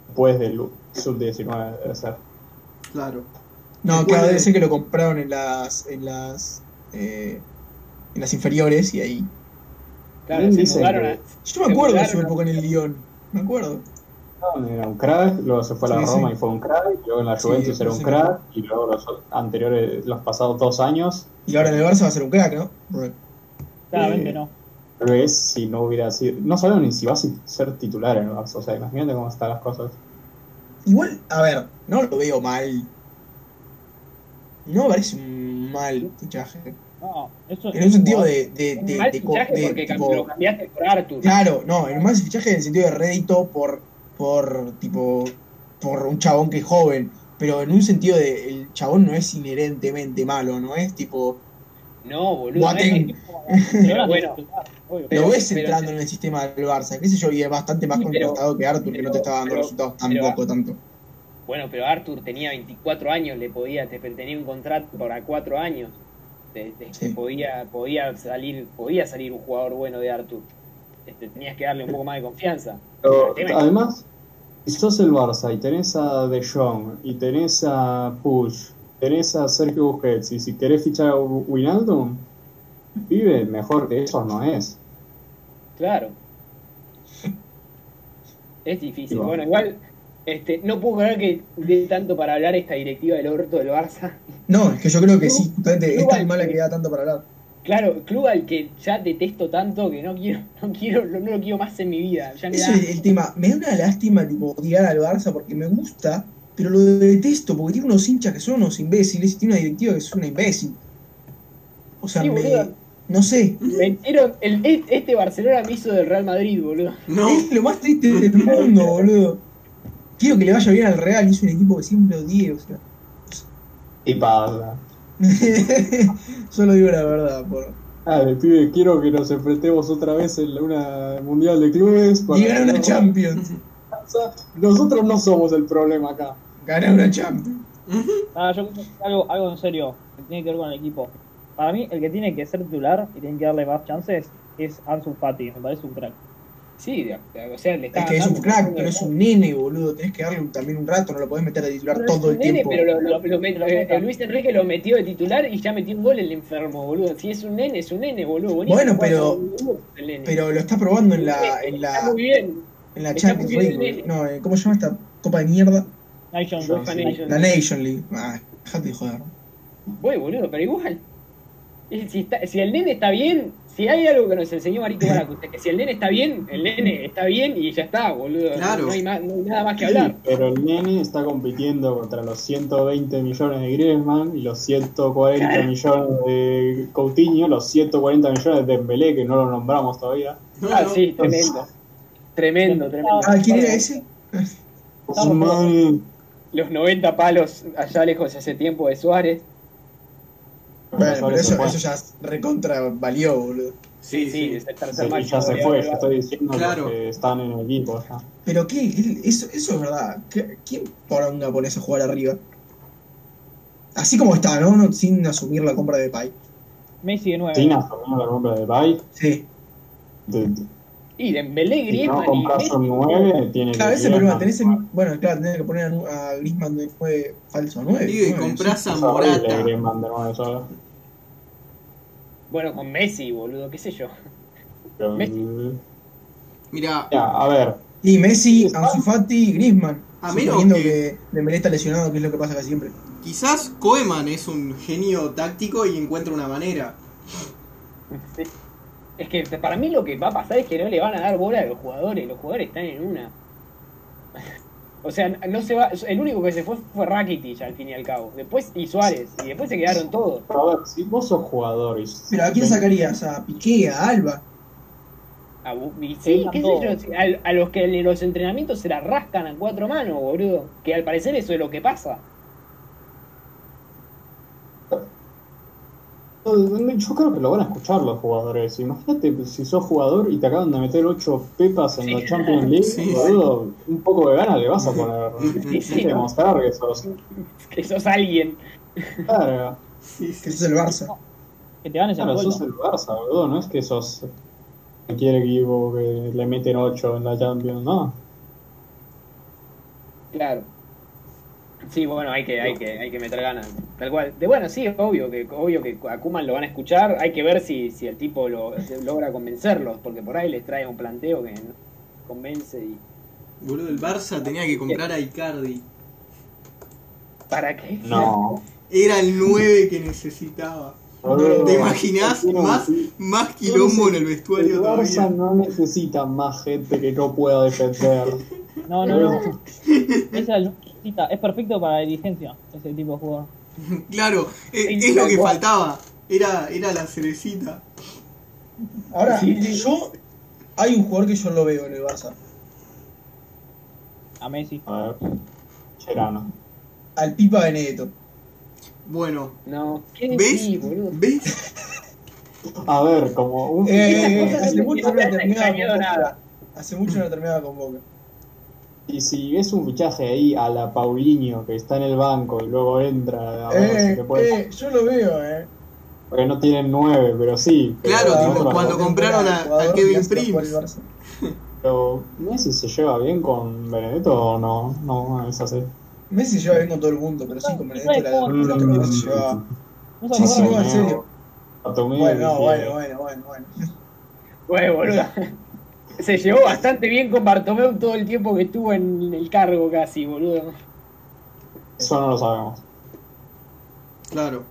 B: después del sub-19 debe ser.
C: Claro.
D: No,
C: Después
D: claro, debe
C: de-
D: ser que lo compraron en las. en las. eh, en las inferiores y ahí.
A: Claro,
B: Bien
A: se
B: dicen
A: mudaron a-
B: que-
D: Yo me acuerdo de su
A: Compraron,
D: época en el Lyon. Me acuerdo.
B: No, Era un crack, luego se fue a la
D: Sí, sí.
B: Roma y fue un crack, luego en la
D: Sí,
B: Juventus era un
D: sí.
B: crack, y luego los anteriores, los pasados dos años,
D: Y ahora en el Barça va a ser un crack, ¿no? Bueno,
E: Claramente
B: Eh,
E: no.
B: tal vez si no hubiera sido. No sabemos ni si va a ser titular en el Barça, o sea, imagínate cómo están las cosas.
D: Igual, a ver, no lo veo mal. No me parece un mal fichaje.
E: No, eso
D: En un sentido de. de, de,
A: mal
D: de co-
A: fichaje
D: de,
A: porque
D: tipo-
A: lo cambiaste por Arthur.
D: Claro, no, en un mal fichaje en el sentido de rédito por. por. tipo. por un chabón que es joven. Pero en un sentido de. el chabón no es inherentemente malo, no es tipo.
A: No, boludo. no es-
D: Boateng.
E: Pero
A: bueno.
E: obvio.
A: Pero-
D: lo ves
A: pero-
D: entrando en el sistema del Barça, qué sé yo, y es bastante más
A: Sí, pero-
D: contrastado que Arthur, que
A: pero-
D: no te estaba dando
A: pero-
D: resultados
A: pero-
D: tampoco tanto.
A: Bueno, pero Arthur tenía 24 años, le podía, te, tenía un contrato para 4 años. Te, te-
D: Sí.
A: te podía, podía salir, podía salir un jugador bueno de Arthur. Este, tenías que darle un poco más de confianza.
B: Pero,
A: Dime.
B: además, si sos el Barça y tenés a De Jong y tenés a Push, tenés a Sergio Busquets y si querés fichar a Wi- Wijnaldum, vive mejor que eso no es.
A: Claro. Es difícil.
B: Igual.
A: Bueno, igual, este, no puedo creer que dé tanto para hablar esta directiva del orto del Barça.
D: No, es que yo creo que sí, justamente es
A: Igual.
D: tan mala que da tanto para hablar.
A: Claro, club al que ya detesto tanto que no quiero, no quiero, no, lo quiero más en mi vida. Ya me da-
D: Ese es el tema, me da una lástima tipo odiar al Barça porque me gusta, pero lo detesto porque tiene unos hinchas que son unos imbéciles y tiene una directiva que es una imbécil. O sea,
A: Sí,
D: me-
A: boludo.
D: no sé,
A: Me hicieron- el- este Barcelona me hizo del Real Madrid, boludo.
C: No,
D: es lo más triste del mundo, boludo. Quiero que le vaya bien al Real, y es un equipo que siempre odié, o sea.
B: Y pasa.
D: Solo digo la verdad, por...
B: Dale, Ah, pibe, quiero que nos enfrentemos otra vez en la- una Mundial de Clubes. para
D: Y ganar una
B: ganar
D: Champions.
B: la Barça. Nosotros no somos el problema acá.
D: Ganar una Champions.
E: Ah, yo creo que algo, algo en serio que tiene que ver con el equipo. Para mí, el que tiene que ser titular y tiene que darle más chances es Ansu Fati. Me parece un crack.
A: Sí, de- de- o sea, le está
D: Es que es un
A: dando-
D: crack, pero es un nene, boludo. Tenés que darle un- también un rato, no lo podés meter a titular
A: Pero es
D: todo
A: un
D: el
A: nene,
D: tiempo.
A: Pero lo- lo- lo met-
E: Lo meta.
A: eh, Luis Enrique lo metió de titular y ya metió un gol el enfermo, boludo. Si es un nene, es un nene, boludo.
D: Bueno, pero-
A: Boludo, el nene.
D: Pero lo está probando en la, en
A: Está
D: la,
A: muy bien.
D: en la
A: Está
D: Champions
A: muy bien
D: League.
A: el
D: boludo.
A: nene.
D: No, eh, ¿cómo se llama esta copa de mierda?
E: Nation
B: Yo
E: League.
B: sí.
E: Nation
D: La Nation League. Ah, dejate de joder.
A: Voy, boludo, pero igual. Eh, Si, está- si el nene está bien, Si hay algo que nos enseñó Marito Baracus, es que si el nene está bien, el nene está bien y ya está, boludo.
C: Claro.
A: No, hay más- no hay nada más que
B: Sí,
A: hablar.
B: pero el nene está compitiendo contra los 120 millones de Griezmann y los 140 millones de Coutinho, los 140 millones de Dembélé, que no lo nombramos todavía.
C: No,
A: Ah,
C: no.
A: sí, tremendo. Tremendo, tremendo.
D: Ah, ¿quién era ese?
E: Estamos
B: Madre,
A: Los 90 palos allá lejos hace tiempo de Suárez.
D: Bueno,
B: Suárez
D: pero
B: se
D: eso,
B: fue.
D: eso ya recontra valió, boludo.
A: Sí, sí, es el
B: Sí,
A: tercer
B: y
A: macho
B: ya se
A: goleador
B: fue,
A: del
B: yo
A: Barça.
B: estoy diciendo
C: Claro.
B: los que están en el equipo. ya.
D: Pero qué, eso, eso es verdad. ¿Qué- ¿Quién poronga pones a jugar arriba? Así como está, ¿no? No- sin asumir la compra de Pai.
E: Messi de nueve.
B: Sin asumir la compra de Bay,
D: Sí.
B: de- de-
A: Y Dembélé,
B: si no
A: Griezmann y
B: compras
A: Messi.
B: un 9, tiene
D: Claro,
B: que
D: ese es el problema.
B: Griezmann.
D: Tenés el- bueno, claro, tenés que poner a Nu- a Griezmann de fue falso 9.
C: Digo, y compras a
B: Es horrible
C: Morata.
B: Griezmann de nueve solo,
A: Bueno, con Messi, boludo, qué sé yo.
B: pero-
C: Mira,
B: Ya, a ver,
D: Y Messi, Ansu Fati y Griezmann.
C: A menos
D: Suponiendo
C: que-
D: que Dembélé está lesionado, que es lo que pasa acá siempre.
C: quizás Koeman es un genio táctico y encuentra una manera.
A: Es que para mí lo que va a pasar es que no le van a dar bola a los jugadores. Los jugadores están en una. O sea, no se va. El único que se fue fue Rakitic al fin y al cabo. Después y Suárez. Y después se quedaron todos.
B: a ver, si vos sos jugador y...
D: Pero ¿a quién sacarías? ¿A Piqué? ¿A Alba?
A: A Bu- y sí, qué sé yo,
E: Todos.
A: a, a los que en los entrenamientos se la rascan a cuatro manos, boludo. Que al parecer eso es lo que pasa.
B: Yo creo que lo van a escuchar los jugadores. Imagínate si sos jugador y te acaban de meter 8 pepas en la Champions League,
C: Sí.
B: boludo, un poco de gana le vas a poner.
A: Sí,
B: Tienes que
A: sí.
B: demostrar que sos
A: Que sos alguien.
B: carga.
C: Sí,
D: Que
C: sí.
D: eso es el Barça.
E: Que te ganes el
B: Claro, Ah, sos
E: sueldo.
B: el Barça, boludo, no es que sos cualquier equipo que le meten 8 en la Champions, no.
A: Claro. Sí, bueno, hay que, hay que, hay que meter ganas. Tal cual. De bueno, sí, es obvio que, obvio que a Koeman lo van a escuchar. Hay que ver si, si el tipo lo, logra convencerlos, porque por ahí les trae un planteo que no convence y.
C: Boludo, el Barça tenía que comprar a Icardi.
A: ¿Para qué?
B: No.
C: Era el 9 que necesitaba.
B: Boludo.
C: ¿Te imaginás
B: Quiero
C: más,
B: decir,
C: más quilombo en el
B: El
C: vestuario
B: Barça
C: todavía?
B: no necesita más gente que no pueda defender.
E: No, no, no. Esa es, la- es perfecto para la dirigencia, ese tipo de jugador.
C: Claro, eh,
A: Sí,
C: es lo que
A: tal cual.
C: faltaba. Era, era la cerecita.
D: Ahora,
A: Sí, sí.
D: yo. Hay un jugador que yo lo veo en el Barça.
E: A Messi.
B: A ver, Gerano.
D: Al Pipa Benedetto.
C: Bueno,
A: No. ¿Qué
C: ¿Ves?
A: decís, boludo?
C: ¿ves?
B: A ver, como un.
D: Eh, eh, eh,
A: Esas cosas
D: hace
A: no
D: mucho no
A: me han
D: terminaba con
A: engañado
D: Boca.
A: nada.
D: Hace mucho no terminaba con Boca.
B: Y si es un fichaje ahí a la Paulinho que está en el banco y luego entra a ver si
D: Eh,
B: te puede-
D: eh, yo lo veo, eh.
B: Porque no tienen nueve, pero sí. pero
C: Claro,
B: la
C: tipo,
B: otra-
C: cuando compraron a-
D: Jugador
C: a Kevin
D: que hace
C: Prince.
D: jugar el Barça.
B: Pero Messi se lleva bien con Benedetto o no, no es así.
D: Messi lleva bien con todo el mundo, pero sí con
E: No, no,
D: Benedetto la- la otra no se llevaba.
E: No
D: Sí, sí,
E: se acuerda.
D: bueno, en serio.
B: Atomé
D: Bueno, no,
B: dije,
D: bueno, bueno, bueno, bueno.
A: Bueno, boludo. Se llevó bastante bien con Bartomeu todo el tiempo que estuvo en el cargo casi, boludo.
B: Eso no lo sabemos.
C: Claro.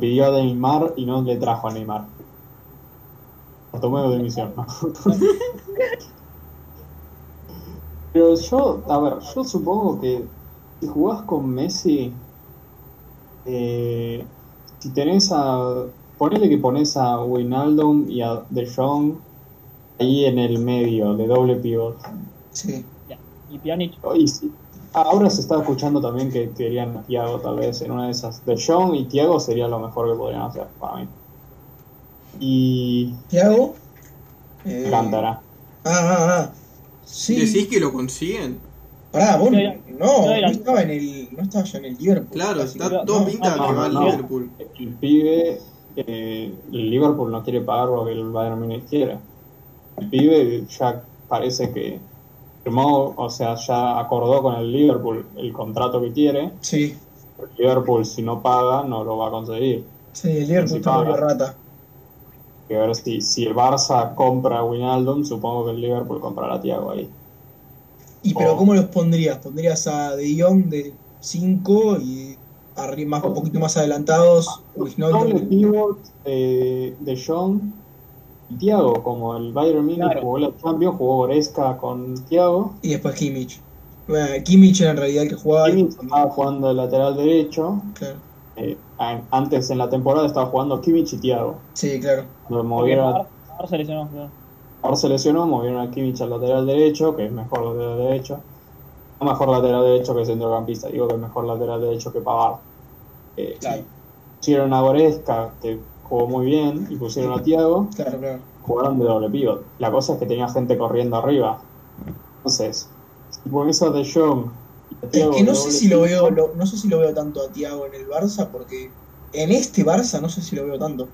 B: Pidió a Neymar y no le trajo a Neymar. Tomé de misión. Pero yo, a ver, yo supongo que si jugás con Messi, eh, si tenés a. Ponele que pones a Wijnaldum y a De Jong ahí en el medio, de doble pivot.
D: Sí.
E: Y Pjanic.
B: Y si- ahora se está escuchando también que querían a Tiago, tal vez, en una de esas. De Jong y Tiago sería lo mejor que podrían hacer para mí. Y.
D: Thiago. Eh,
B: Cántara.
D: Ah, ah, ah. Sí.
C: ¿Decís que lo consiguen?
D: Pará, vos
E: Yo
D: no,
E: era- yo
D: no,
E: era-
D: estaba en el, no estaba ya en el Liverpool.
C: Claro,
D: Así
C: está
D: que-
C: todo
D: no,
C: pinta
B: no,
C: que va al
B: no.
C: Liverpool.
B: El pibe. eh, el Liverpool no quiere pagar lo que el Bayern Múnich quiera. El pibe ya parece que firmó, o sea, ya acordó con el Liverpool el contrato que quiere.
D: Sí,
B: El Liverpool, si no paga, no lo va a conseguir.
D: sí, el Liverpool está
B: Principal.
D: medio rata.
B: que ver si, si el Barça compra a Wijnaldum, supongo que el Liverpool comprará a Thiago ahí.
D: ¿Y pero
B: Oh.
D: cómo los pondrías? ¿Pondrías a De Jong de 5 y arri- más, un poquito más
B: Ah,
D: adelantados,
B: Doble
D: Wijnaldum,
B: pivot eh, de John y Thiago, como el Bayern Munich
A: Claro.
B: jugó la Champions, jugó Goretzka con Thiago.
D: y después Kimmich. Bueno, Kimmich era en realidad el que jugaba.
B: Kimmich estaba jugando el lateral derecho.
D: Claro.
B: eh, an- antes en la temporada estaba jugando Kimmich y Thiago.
D: Sí, claro.
B: Lo
E: Porque
B: movieron,
E: Mar, Mar se lesionó, claro.
B: ahora se lesionó, movieron a Kimmich al lateral derecho, que es mejor lateral derecho. No mejor lateral derecho que centrocampista, digo que es mejor lateral derecho que Pavard. Eh,
D: Claro.
B: Pusieron a Goretzka, que jugó muy bien, y pusieron a Thiago.
D: Claro, claro.
B: jugaron de doble pivot. La cosa es que tenía gente corriendo arriba. Entonces, si pones a De Jong y a
D: Es
B: Thiago
D: que no
B: de
D: sé
B: doble
D: si lo
B: pivot,
D: veo, lo- no sé si lo veo tanto a Tiago en el Barça, porque en este Barça no sé si lo veo tanto.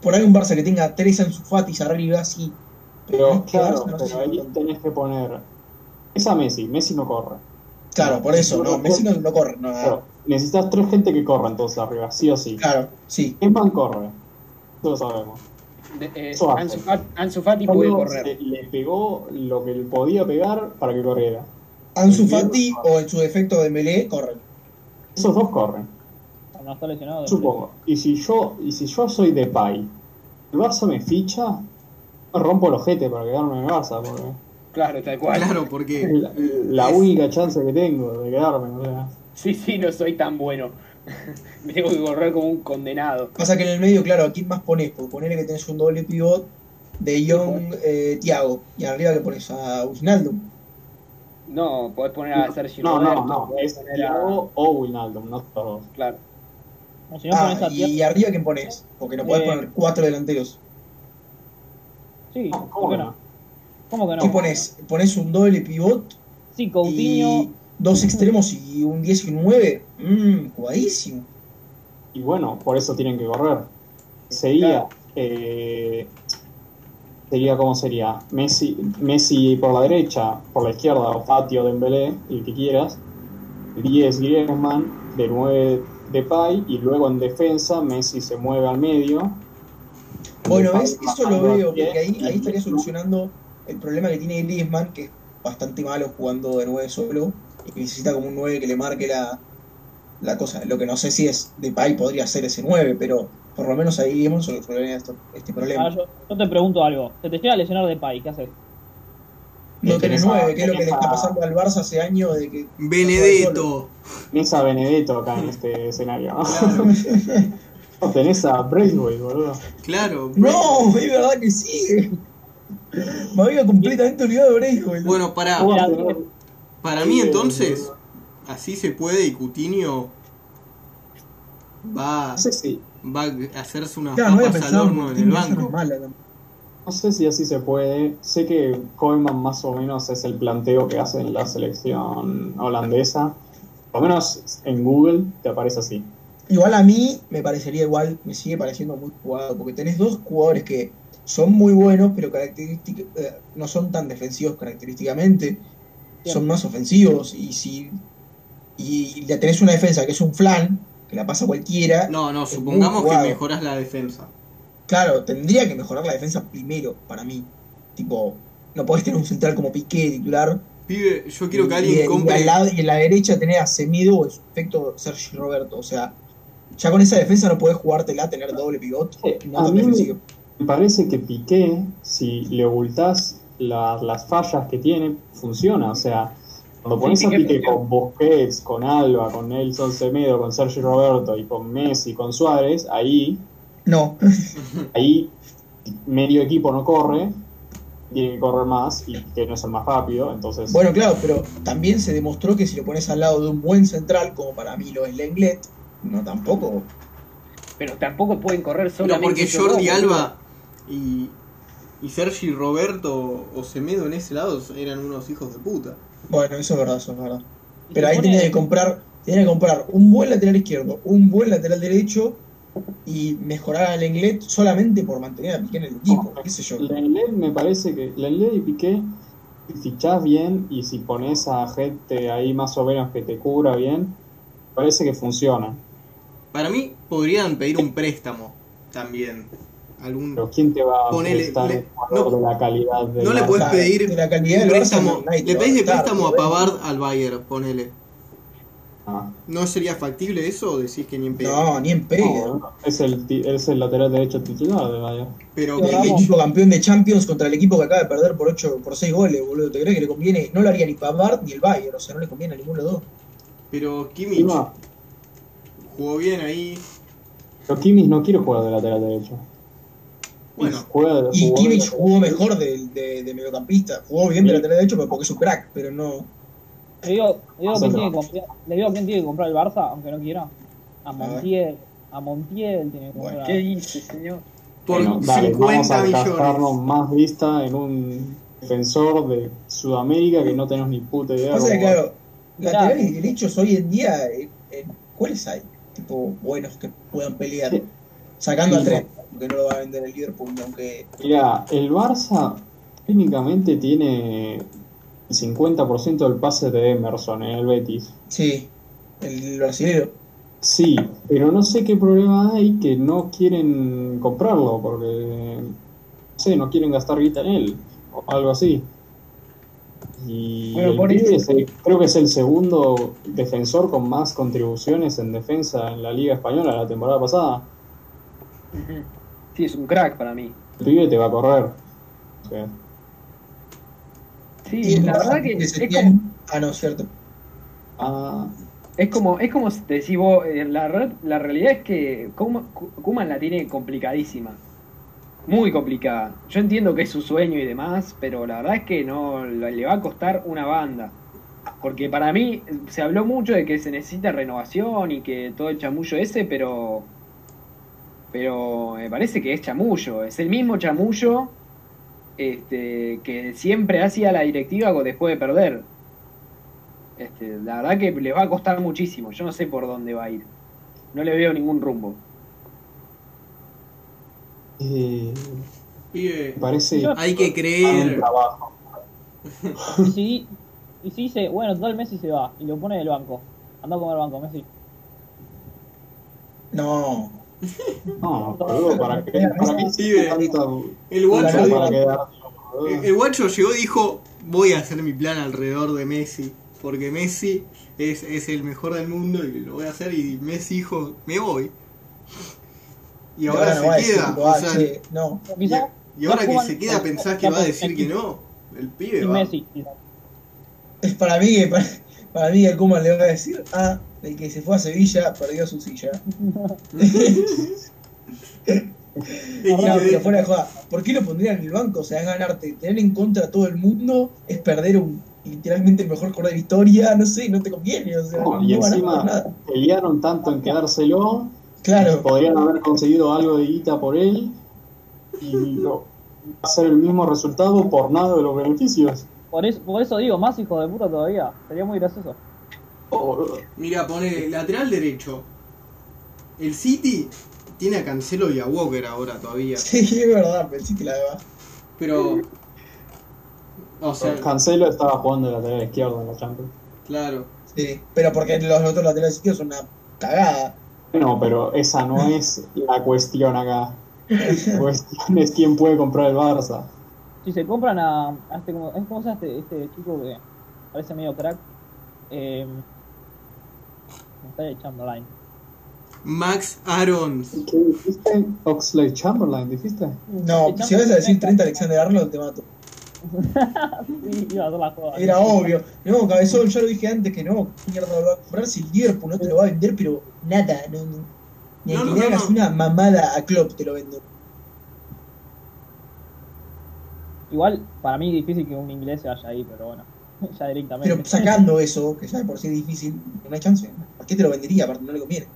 D: Por ahí un Barça que tenga tres Ansu Fatis arriba, sí.
B: Pero,
D: en este
B: claro,
D: Barça no sé si
B: pero
D: lo veo
B: ahí
D: tanto.
B: tenés que poner. Es a Messi, Messi no corre.
D: Claro, por eso, no, Messi no, no corre, no,
B: Pero necesitas tres gente que corra entonces arriba, sí o sí.
D: Ah. claro, sí,
B: Keman corre, eso lo sabemos.
A: De- eh,
B: Eso hace.
A: Ansu, Fat- Ansu Fati puede
B: Solo
A: correr.
B: se- Le pegó lo que le podía pegar para que corriera.
D: Ansu
B: El Diego-
D: Fati o en su defecto de Melé corre.
B: Esos dos corren,
E: Cuando está
A: Ah,
E: lesionado.
B: supongo. Y si yo, y si yo soy de Pai, el Barça me ficha, me rompo el ojete para quedarme en el Barça, porque
A: Claro, tal cual.
C: Claro, porque
B: La, la
C: Es-
B: única chance que tengo de quedarme, o sea.
A: Sí, sí, no soy tan bueno. Me tengo que correr como un condenado.
D: Pasa que en el medio, claro, ¿a quién más pones? Porque ponele que tenés un doble pivot de Young, eh, Tiago, y arriba que pones a Wijnaldum.
A: No, podés poner a Sergio
B: No, no,
A: Roberto,
B: no.
A: podés
B: Es
A: poner a-
B: Thiago o Wijnaldum, no todos.
A: Claro.
E: O si no
D: Ah,
E: pones a
D: y
E: Thiago-
D: arriba quién pones, porque no podés
E: Eh,
D: poner cuatro delanteros.
E: Sí, ¿por
B: Ah, ¿Cómo
E: qué
B: no?
E: no? ¿Cómo que no?
D: ¿Qué pones? ¿Pones un doble pivot
E: Sí, Coutinho.
D: y dos extremos y un 19? Mmm, jugadísimo.
B: Y bueno, por eso tienen que correr. Sería.
A: Claro.
B: eh, sería como sería. Messi, Messi por la derecha, por la izquierda, o Patio, Dembélé, el que quieras. 10 Griezmann, de 9 Depay, y luego en defensa Messi se mueve al medio.
D: Bueno,
B: Depay
D: ¿ves? Eso lo
B: bajando al
D: veo,
B: pie,
D: porque ahí,
B: y-
D: ahí estaría solucionando el problema que tiene Griezmann, que es bastante malo jugando de 9 solo, y que necesita como un 9 que le marque la, la cosa. Lo que no sé si es de Depay podría ser ese 9, pero por lo menos ahí Griezmann solucionaría esto- este
E: Ahora
D: problema.
E: Ah,
B: Ah,
E: yo, yo te pregunto algo. Se te llega a lesionar de Pai, ¿qué haces?
D: No tiene
B: Tenés a-
D: 9, que es lo que le
B: tenés
D: está
B: a-
D: pasando al Barça hace años de que...
C: Benedetto.
B: Tenés a Benedetto acá en este escenario. ¿no? Tenés a Braithwaite, boludo.
C: Claro.
D: ¡No! Es verdad que sí. Me había completamente olvidado de Braithwaite.
C: Bueno, para,
D: Oh,
B: ¿Cómo
E: mira,
B: tenés-
C: para
B: Sí,
C: mí entonces,
B: boludo.
C: así se puede y Coutinho va,
B: No sé, si,
C: va a hacerse unas
D: Claro, no había
C: papas al
D: pensado
C: horno en el
D: Coutinho, eso no es
C: banco.
D: mala tampoco.
B: no sé si así se puede. Sé que Koeman más o menos es el planteo que hace en la selección holandesa. Por lo menos en Google te aparece así.
D: Igual a mí me parecería igual, me sigue pareciendo muy jugado, porque tenés dos jugadores que son muy buenos, pero característica, eh, no son tan defensivos característicamente, son más ofensivos, y si y le tenés una defensa que es un flan, que la pasa cualquiera,
C: No, no,
D: Es
C: supongamos
D: muy
C: que
D: jugado.
C: mejoras la defensa.
D: claro, tendría que mejorar la defensa primero, para mí. Tipo, no podés tener un central como Piqué titular,
C: Pibe, yo quiero que
D: y,
C: alguien
D: en- y
C: compre...
D: al lado- y en la derecha tenés a Semedo o en su efecto Sergi Roberto, o sea, ya con esa defensa no podés jugártela, tener doble pivote.
B: Eh,
D: No,
B: a
D: tan
B: mí
D: defensivo.
B: me parece que Piqué, si le ocultás la- las fallas que tiene, funciona. O sea, cuando
A: Sí,
B: pones a
A: Piqué
B: Piqué
A: funciona.
B: con Busquets, con Alba, con Nelson Semedo, con Sergio Roberto y con Messi, con Suárez, ahí
D: No,
B: ahí medio equipo no corre, tiene que correr más y que no es el más rápido, entonces
D: bueno, claro, pero también se demostró que si lo pones al lado de un buen central, como para mí lo es Lenglet, no tampoco.
A: Pero tampoco pueden correr
C: Pero
A: solamente.
C: porque
A: ellos
C: Jordi
A: dos,
C: Alba y, y Sergi Roberto o Semedo en ese lado eran unos hijos de puta.
D: Bueno, eso es verdad, eso es verdad.
E: Y
D: Pero
E: se
D: ahí
E: pone-
D: tenía que comprar, tenía que comprar un buen lateral izquierdo, un buen lateral derecho y mejorar al Lenglet solamente por mantener a Piqué en el equipo, qué sé yo.
B: Lenglet me parece que Lenglet y Piqué si fichás bien y si pones a gente ahí más o menos que te cubra bien, parece que funciona.
C: Para mí podrían pedir un préstamo también. Algún...
B: Pero quién te va a
C: Ponele-
B: prestar
C: le-
B: un jugador
C: no-
B: de la calidad de
C: no le
B: la-
C: podés
D: Claro,
C: pedir
D: de la calidad
C: Un
D: del Barça,
C: préstamo,
D: no, nadie te
C: le
D: va a
C: pedís de
D: dar,
C: préstamo a
D: pero bueno.
C: Pavard al Bayern, ponele.
B: Ah,
C: ¿No sería factible eso o decís que ni en pedo?
D: No, ni en pedo.
B: no, es, el, ti- es el lateral derecho titular de Bayern.
C: Pero
D: El
C: que-
D: equipo campeón de Champions contra el equipo que acaba de perder por 8, por 6 goles, boludo. ¿Te crees que le conviene? No lo haría ni Pavard ni el Bayern, o sea, no le conviene a ninguno de los dos.
C: pero Kimmich
B: Encima,
C: jugó bien ahí.
B: pero Kimmich no quiere jugar de lateral derecho.
C: Bueno,
B: Juega de-
D: Y
B: jugó de
D: Kimmich
B: lateral
D: jugó
B: derecho.
D: mejor de, de, de mediocampista. Jugó bien de lateral derecho pero porque es un crack, pero no.
E: Le digo, le digo,
B: Vamos
E: quién
B: a
E: tiene que
B: ver.
E: comprar, le digo quién tiene que comprar el Barça, aunque no quiera. A Montiel. A Montiel tiene que
D: Bueno,
E: comprar.
A: ¿Qué dice, señor?
C: por
B: Bueno, dale,
C: 50
B: vamos a gastarnos
C: millones.
B: más vista en un defensor de Sudamérica que no tenemos ni puta idea.
D: Pasa Pues que,
B: cómo-
D: claro,
E: Mirá.
D: laterales derechos hoy en día, eh, eh, ¿cuáles hay? Tipo, buenos que puedan pelear. Sacando a
B: Sí.
D: tres, porque no lo va a vender el Liverpool, aunque.
B: Mira, el Barça técnicamente tiene el 50% del pase de Emerson en el Betis.
D: Sí, el brasileño.
B: Sí, pero no sé qué problema hay que no quieren comprarlo porque no sé, no quieren gastar guita en él o algo así. Y
A: Bueno,
B: el
A: por
B: pibe
A: eso-
B: es el- creo que es el segundo defensor con más contribuciones en defensa en la Liga Española la temporada pasada.
A: Ujú. Sí, es un crack para mí.
B: El pibe te va a correr. O sea,
A: Sí, la verdad que es como,
D: Setién- Ah, no, cierto.
B: ah,
A: Es como, es como decís vos, eh, la, re- la realidad es que Kuma- Ku- Kuman la tiene complicadísima. Muy complicada. Yo entiendo que es su sueño y demás, pero la verdad es que no la- le va a costar una banda. Porque para mí eh, se habló mucho de que se necesita renovación y que todo el chamullo ese, pero. Pero me parece que es chamullo. Es el mismo chamullo este, que siempre hacía la directiva co- después de perder. Este, la verdad que le va a costar muchísimo. Yo no sé por dónde va a ir. No le veo ningún rumbo.
B: eh,
C: Pibe,
B: me parece
C: hay que
B: un
C: creer.
B: trabajo.
E: Y si, y si dice, bueno, todo el Messi se va y lo pone del banco. Anda a comer banco, Messi.
D: No.
B: No, boludo, para que para que
C: Pibe,
B: tanta-
C: el
D: Claro,
C: guacho,
D: digo-
B: para quedar.
C: el,
A: eh,
C: el guacho llegó y dijo, voy a hacer mi plan alrededor de Messi. Porque Messi es, es el mejor del mundo y lo voy a hacer. Y Messi dijo, me voy. Y ahora
D: no va a
C: se
D: decir,
C: queda.
D: tipo, ah,
C: o sea,
D: che, no.
C: y,
E: Quizás
C: y ahora que
E: Juan-
C: se queda pensás que va a decir que no. El pibe
E: sin
C: va.
E: Messi. quizás.
D: Es para mí que para, para mí que el Kuman le va a decir, ah, el que se fue a Sevilla perdió su silla.
C: Es que
D: No,
C: le
D: pero
C: de-
D: fuera de joda, ¿por qué lo pondrían en el banco? O sea, es ganarte, tener en contra a todo el mundo, es perder un literalmente el mejor jugador de la historia, no sé, no te conviene, o sea,
B: No,
D: no,
B: y
D: ganás
B: encima
D: nada.
A: eh.
B: pelearon tanto en quedárselo,
D: Claro,
B: podrían haber conseguido algo de guita por él y lo- va a ser el mismo resultado por nada de los beneficios.
E: Por eso, por eso digo, más hijo de puta todavía. Sería muy gracioso.
B: Oh, boludo.
C: Mira, pone lateral derecho. El City tiene a Cancelo y a Walker ahora todavía.
D: sí, es verdad, pero sí que la deba.
C: Pero. O sea,
B: Cancelo estaba jugando de lateral izquierdo en la Champions.
C: claro.
D: Sí, pero porque los otros laterales izquierdos son una cagada.
B: No, pero esa no es la cuestión acá. La cuestión es quién puede comprar el Barça.
E: Si se compran a, a este, como, ¿cómo se llama este, este chico que parece medio crack? Eh, me sale Chamberlain.
C: Max Arons.
B: ¿Qué dijiste? Oxley Chamberlain, dijiste.
D: No, si vas a decir 30 Alexander Arnold, te mato.
E: Sí, iba a hacer la joda.
D: Era obvio. No, Cabezón, ya lo dije antes que no. Mierda, lo va a comprar si el Liverpool no te lo va a vender, pero nada. No, no. Ni
C: No,
D: aunque
C: no,
D: le
C: no,
D: hagas
C: no.
D: una mamada a Klopp te lo vendo.
E: Igual, para mí es difícil que un inglés se vaya ahí, pero bueno. Ya directamente.
D: Pero sacando eso, que ya de por sí es difícil, no hay chance. ¿Por qué te lo vendería? Aparte, no le conviene.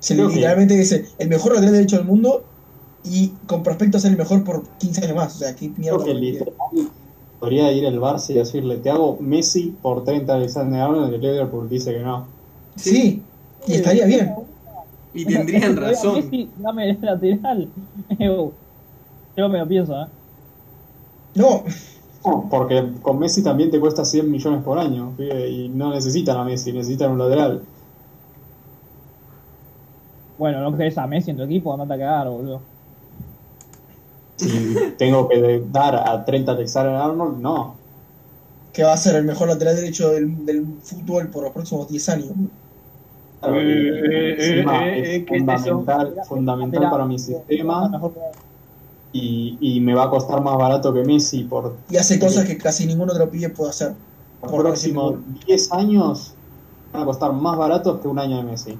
D: Se le
B: Creo que-
D: literalmente dice el mejor lateral derecho del mundo y con prospecto a ser el mejor por 15 años más. O sea, qué mierda.
B: Creo que
D: me
B: literal podría ir el Barça y decirle, te hago Messi por 30 Alexander Arnold y el Liverpool dice que no.
D: Sí. y estaría bien.
C: Y tendrían
E: Oiga,
C: razón.
E: Messi, dame el lateral. Ew. Yo me lo pienso, ¿eh?
D: No,
B: No, porque con Messi también te cuesta 100 millones por año pibe, y no necesitan a Messi, necesitan un lateral.
E: Bueno, no querés a Messi en tu equipo, andate a cagar, boludo.
B: Si tengo que de- dar a 30 Alexander Arnold, no.
D: que va a ser el mejor lateral derecho del, del fútbol por los próximos 10 años.
B: Claro, y,
A: Eh, eh,
B: encima
A: eh, eh,
B: es
A: ¿qué es eso?
B: fundamental,
E: Mirá,
B: fundamental
E: mirá,
B: para mi
E: mirá,
B: sistema
E: mejor que-
B: y, y me va a costar más barato que Messi por
D: Y hace cosas que casi ningún otro pibe puede hacer.
B: los
D: Por
B: próximos 10 años van a costar más baratos que un año de Messi.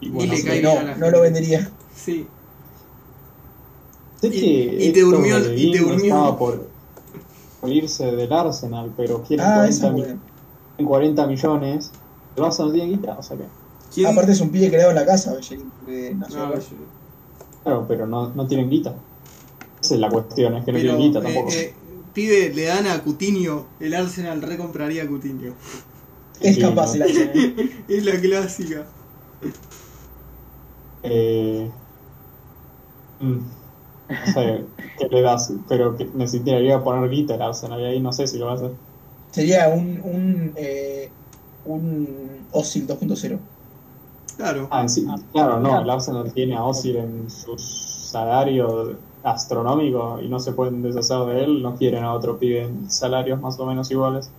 B: Y bueno,
C: le
B: sé-
C: cae-
D: no, no lo vendería.
C: Sí.
B: sé
C: y-
B: que
C: y te
B: esto
C: durmió-
B: de
C: y te
B: Bingo
C: durmió.
B: estaba por, por irse del Arsenal, pero quieren
D: Ah,
B: 40,
D: esa es
B: mi-
D: buena.
B: quieren 40 millones. El Barça no tiene guita, o sea que.
C: ¿Quién?
D: Aparte es un pibe creado en la casa, Bellerín, porque nació
C: No, pues,
D: acá.
C: yo-
B: Claro, pero no, no tienen guita. Esa es la cuestión, es que no
C: pero,
B: tienen guita
C: eh,
B: tampoco.
C: eh, pibe, le dan a Cutiño. El Arsenal recompraría a Cutiño.
D: Es
B: Sí, no.
D: capaz el Arsenal.
C: Es la clásica.
B: Eh, mm, no sé qué le das, pero que necesitaría poner guita al Arsenal y ahí no sé si lo va a hacer.
D: Sería un, un, eh, un Ozil 2.0.
C: Claro.
B: Ah, en sí, claro, no, el Arsenal tiene a Ozil en su salario astronómico y no se pueden deshacer de él, no quieren a otro pibe en salarios más o menos iguales.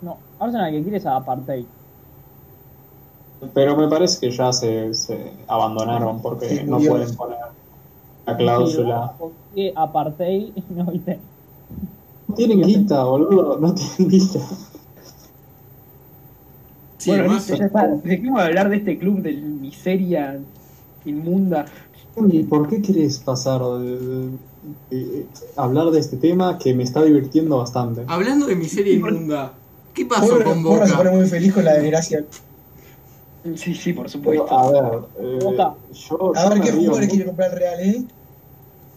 E: No, Arsenal que quiere es a Apartheid.
B: Pero me parece que ya se, se abandonaron porque
D: Sí,
B: no
D: murió.
B: pueden poner la cláusula.
E: ¿Por qué Apartheid? No, viste.
B: No tienen guita, boludo, no tienen guita.
C: Sí,
A: bueno,
C: además-
A: listo, ya está. Dejemos de hablar de este club de miseria inmunda.
B: ¿Y por qué querés pasar de, de- hablar de este tema que me está divirtiendo
D: Ah,
B: bastante?
C: Hablando de miseria inmunda, ¿qué pasó
D: Porra,
C: con
D: Porra se pone
C: Boca?
D: muy feliz con la desgracia.
A: Sí, sí, por
B: Pero,
A: supuesto.
B: a ver, eh,
E: Boca.
B: yo,
D: pues, A
B: yo
D: ver
B: me
D: qué
B: río
D: jugadores
B: mucho.
D: quiere comprar el Real, ¿eh?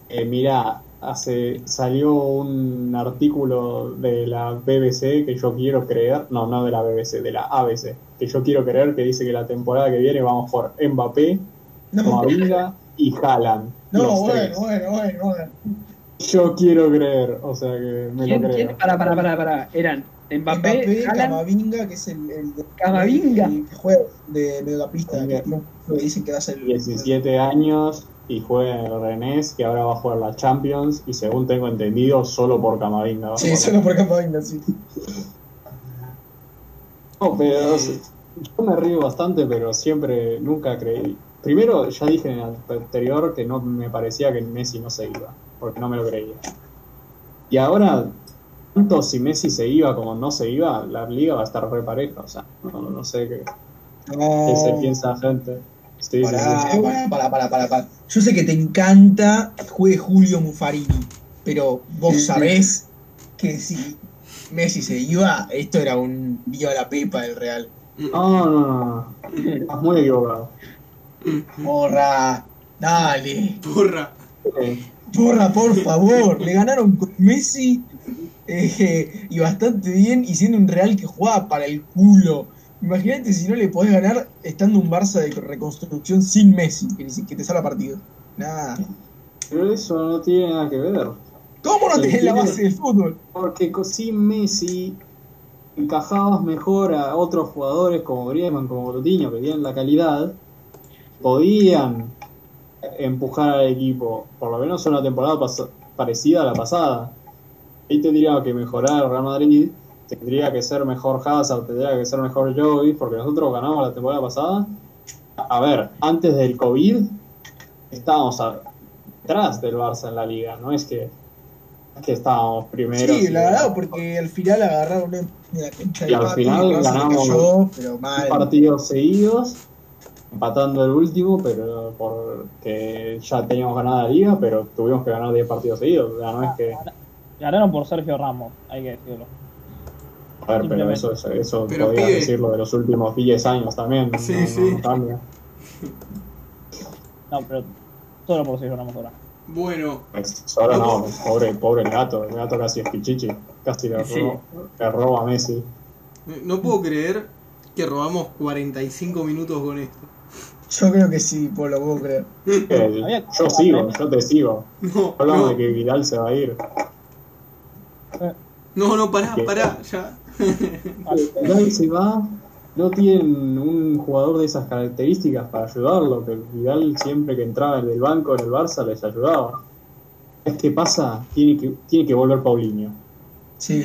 B: Eh, mirá, hace, salió un artículo de la BBC que yo quiero creer, no, no de la BBC, de la ABC, que yo quiero creer que dice que la temporada que viene vamos por Mbappé,
D: No,
B: Mavinga y Haaland.
D: no
B: los
D: bueno,
B: tres.
D: bueno, bueno, bueno.
B: Yo quiero creer, o sea que me
A: ¿Quién,
B: lo creo.
A: quién? Para, para, para, para. Eran Mbappé,
D: Mbappé,
A: Haaland,
D: Camavinga, que es el, el de-
A: Camavinga.
D: el que juega de mediocampista, que
B: Camavinga.
D: tiene un- que dicen que va a ser el
B: 17 años y juega en el Rennes, que ahora va a jugar la Champions, y según tengo entendido, solo por Camavinga. va a
D: Sí,
B: jugar.
D: solo por Camavinga, sí.
B: No, pero, o sea, yo me río bastante, pero siempre, nunca creí. Primero, ya dije en el anterior que no me parecía que Messi no se iba, porque no me lo creía. Y ahora, tanto si Messi se iba como no se iba, la liga va a estar re pareja, o sea, no, no sé qué,
D: No.
B: qué se piensa la gente. Sí, sí, sí.
D: Oh. Pará, pará, pará, pará, pará, pará. Yo sé que te encanta que juegue Julio Mufarini, pero vos sabés que si Messi se iba, esto era un viva la pepa del Real.
B: No, no, no, no, estás muy equivocado.
C: Mm,
D: Porra, dale.
C: Porra.
B: Eh,
D: Porra, por favor. Le ganaron con Messi eh, y bastante bien, y siendo un Real que jugaba para el culo. Imagínate si no le podés ganar estando un Barça de reconstrucción sin Messi, que, ni si- que te salga partido. Nada.
B: Pero eso no tiene nada que ver.
D: ¿Cómo no tenés la base del fútbol?
B: Porque co- sin Messi encajabas mejor a otros jugadores como Griezmann, como Coutinho, que tienen la calidad, podían empujar al equipo, por lo menos una temporada pas- parecida a la pasada. Ahí tendría que mejorar el Real Madrid, tendría que ser mejor Hazard, tendría que ser mejor Joey, porque nosotros ganamos la temporada pasada. A ver, antes del COVID estábamos a- atrás del Barça en la liga, no es que, es que estábamos primero.
D: Sí, la verdad, porque al final agarraron en la cancha
B: Y al
D: pato,
B: final
D: el Barça le
B: ganamos
D: cayó, pero mal.
B: partidos seguidos, empatando el último, pero porque ya teníamos ganada la liga, pero tuvimos que ganar 10 partidos seguidos. O sea, no es que.
E: Ganaron por Sergio Ramos, hay que decirlo.
B: A ver, pero eso, eso, eso
C: Pero,
B: podías
C: pibe.
B: decirlo de los últimos 10 años también.
C: Sí,
B: no- no
C: sí.
B: cambia.
E: No, pero solo por Sergio Ramos ahora.
C: Bueno,
B: Pues, ahora no, pobre, pobre el gato, el gato casi es pichichi, casi le,
A: Sí.
B: robó- le roba a Messi.
C: no puedo creer que robamos 45 minutos con esto.
D: Yo creo que sí, pues lo puedo creer.
B: Eh,
E: Había-
B: yo sigo, yo te sigo.
C: No,
B: Hablamos de
C: no,
B: que Vidal se va a ir.
C: no, no, pará,
B: ¿Qué?
C: pará, ya.
B: Vidal se va, no tienen un jugador de esas características para ayudarlo, que Vidal siempre que entraba en el banco en el Barça les ayudaba. vez que pasa, tiene que, tiene que volver Paulinho.
D: Sí.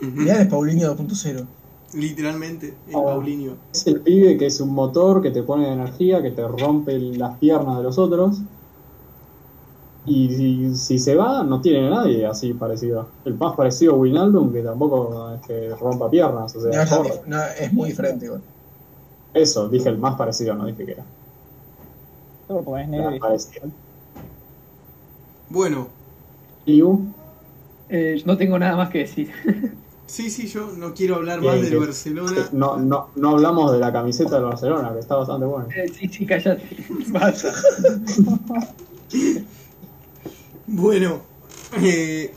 D: Mirá de Paulinho 2.0.
C: Literalmente, el
A: Oh.
C: Paulinho.
B: Es el pibe que es un motor que te pone de energía, que te rompe las piernas de los otros. Y si, si se va, no tiene nadie así parecido. El más parecido a Wijnaldum, que tampoco es que rompa piernas. O
D: No,
B: sea, corre.
D: ya- no, es muy diferente igual.
B: eso, dije el más parecido, no dije que era.
E: Solo porque es
B: Era
E: negro y-
B: parecido.
C: Bueno,
B: Liu,
A: Eh, no tengo nada más que decir.
C: sí, sí, yo no quiero hablar
B: Bien,
C: más del
B: bien.
C: Barcelona.
B: no, no, no hablamos de la camiseta del Barcelona, que está bastante buena.
A: Eh, sí, sí, callate. Basta.
C: Bueno, eh,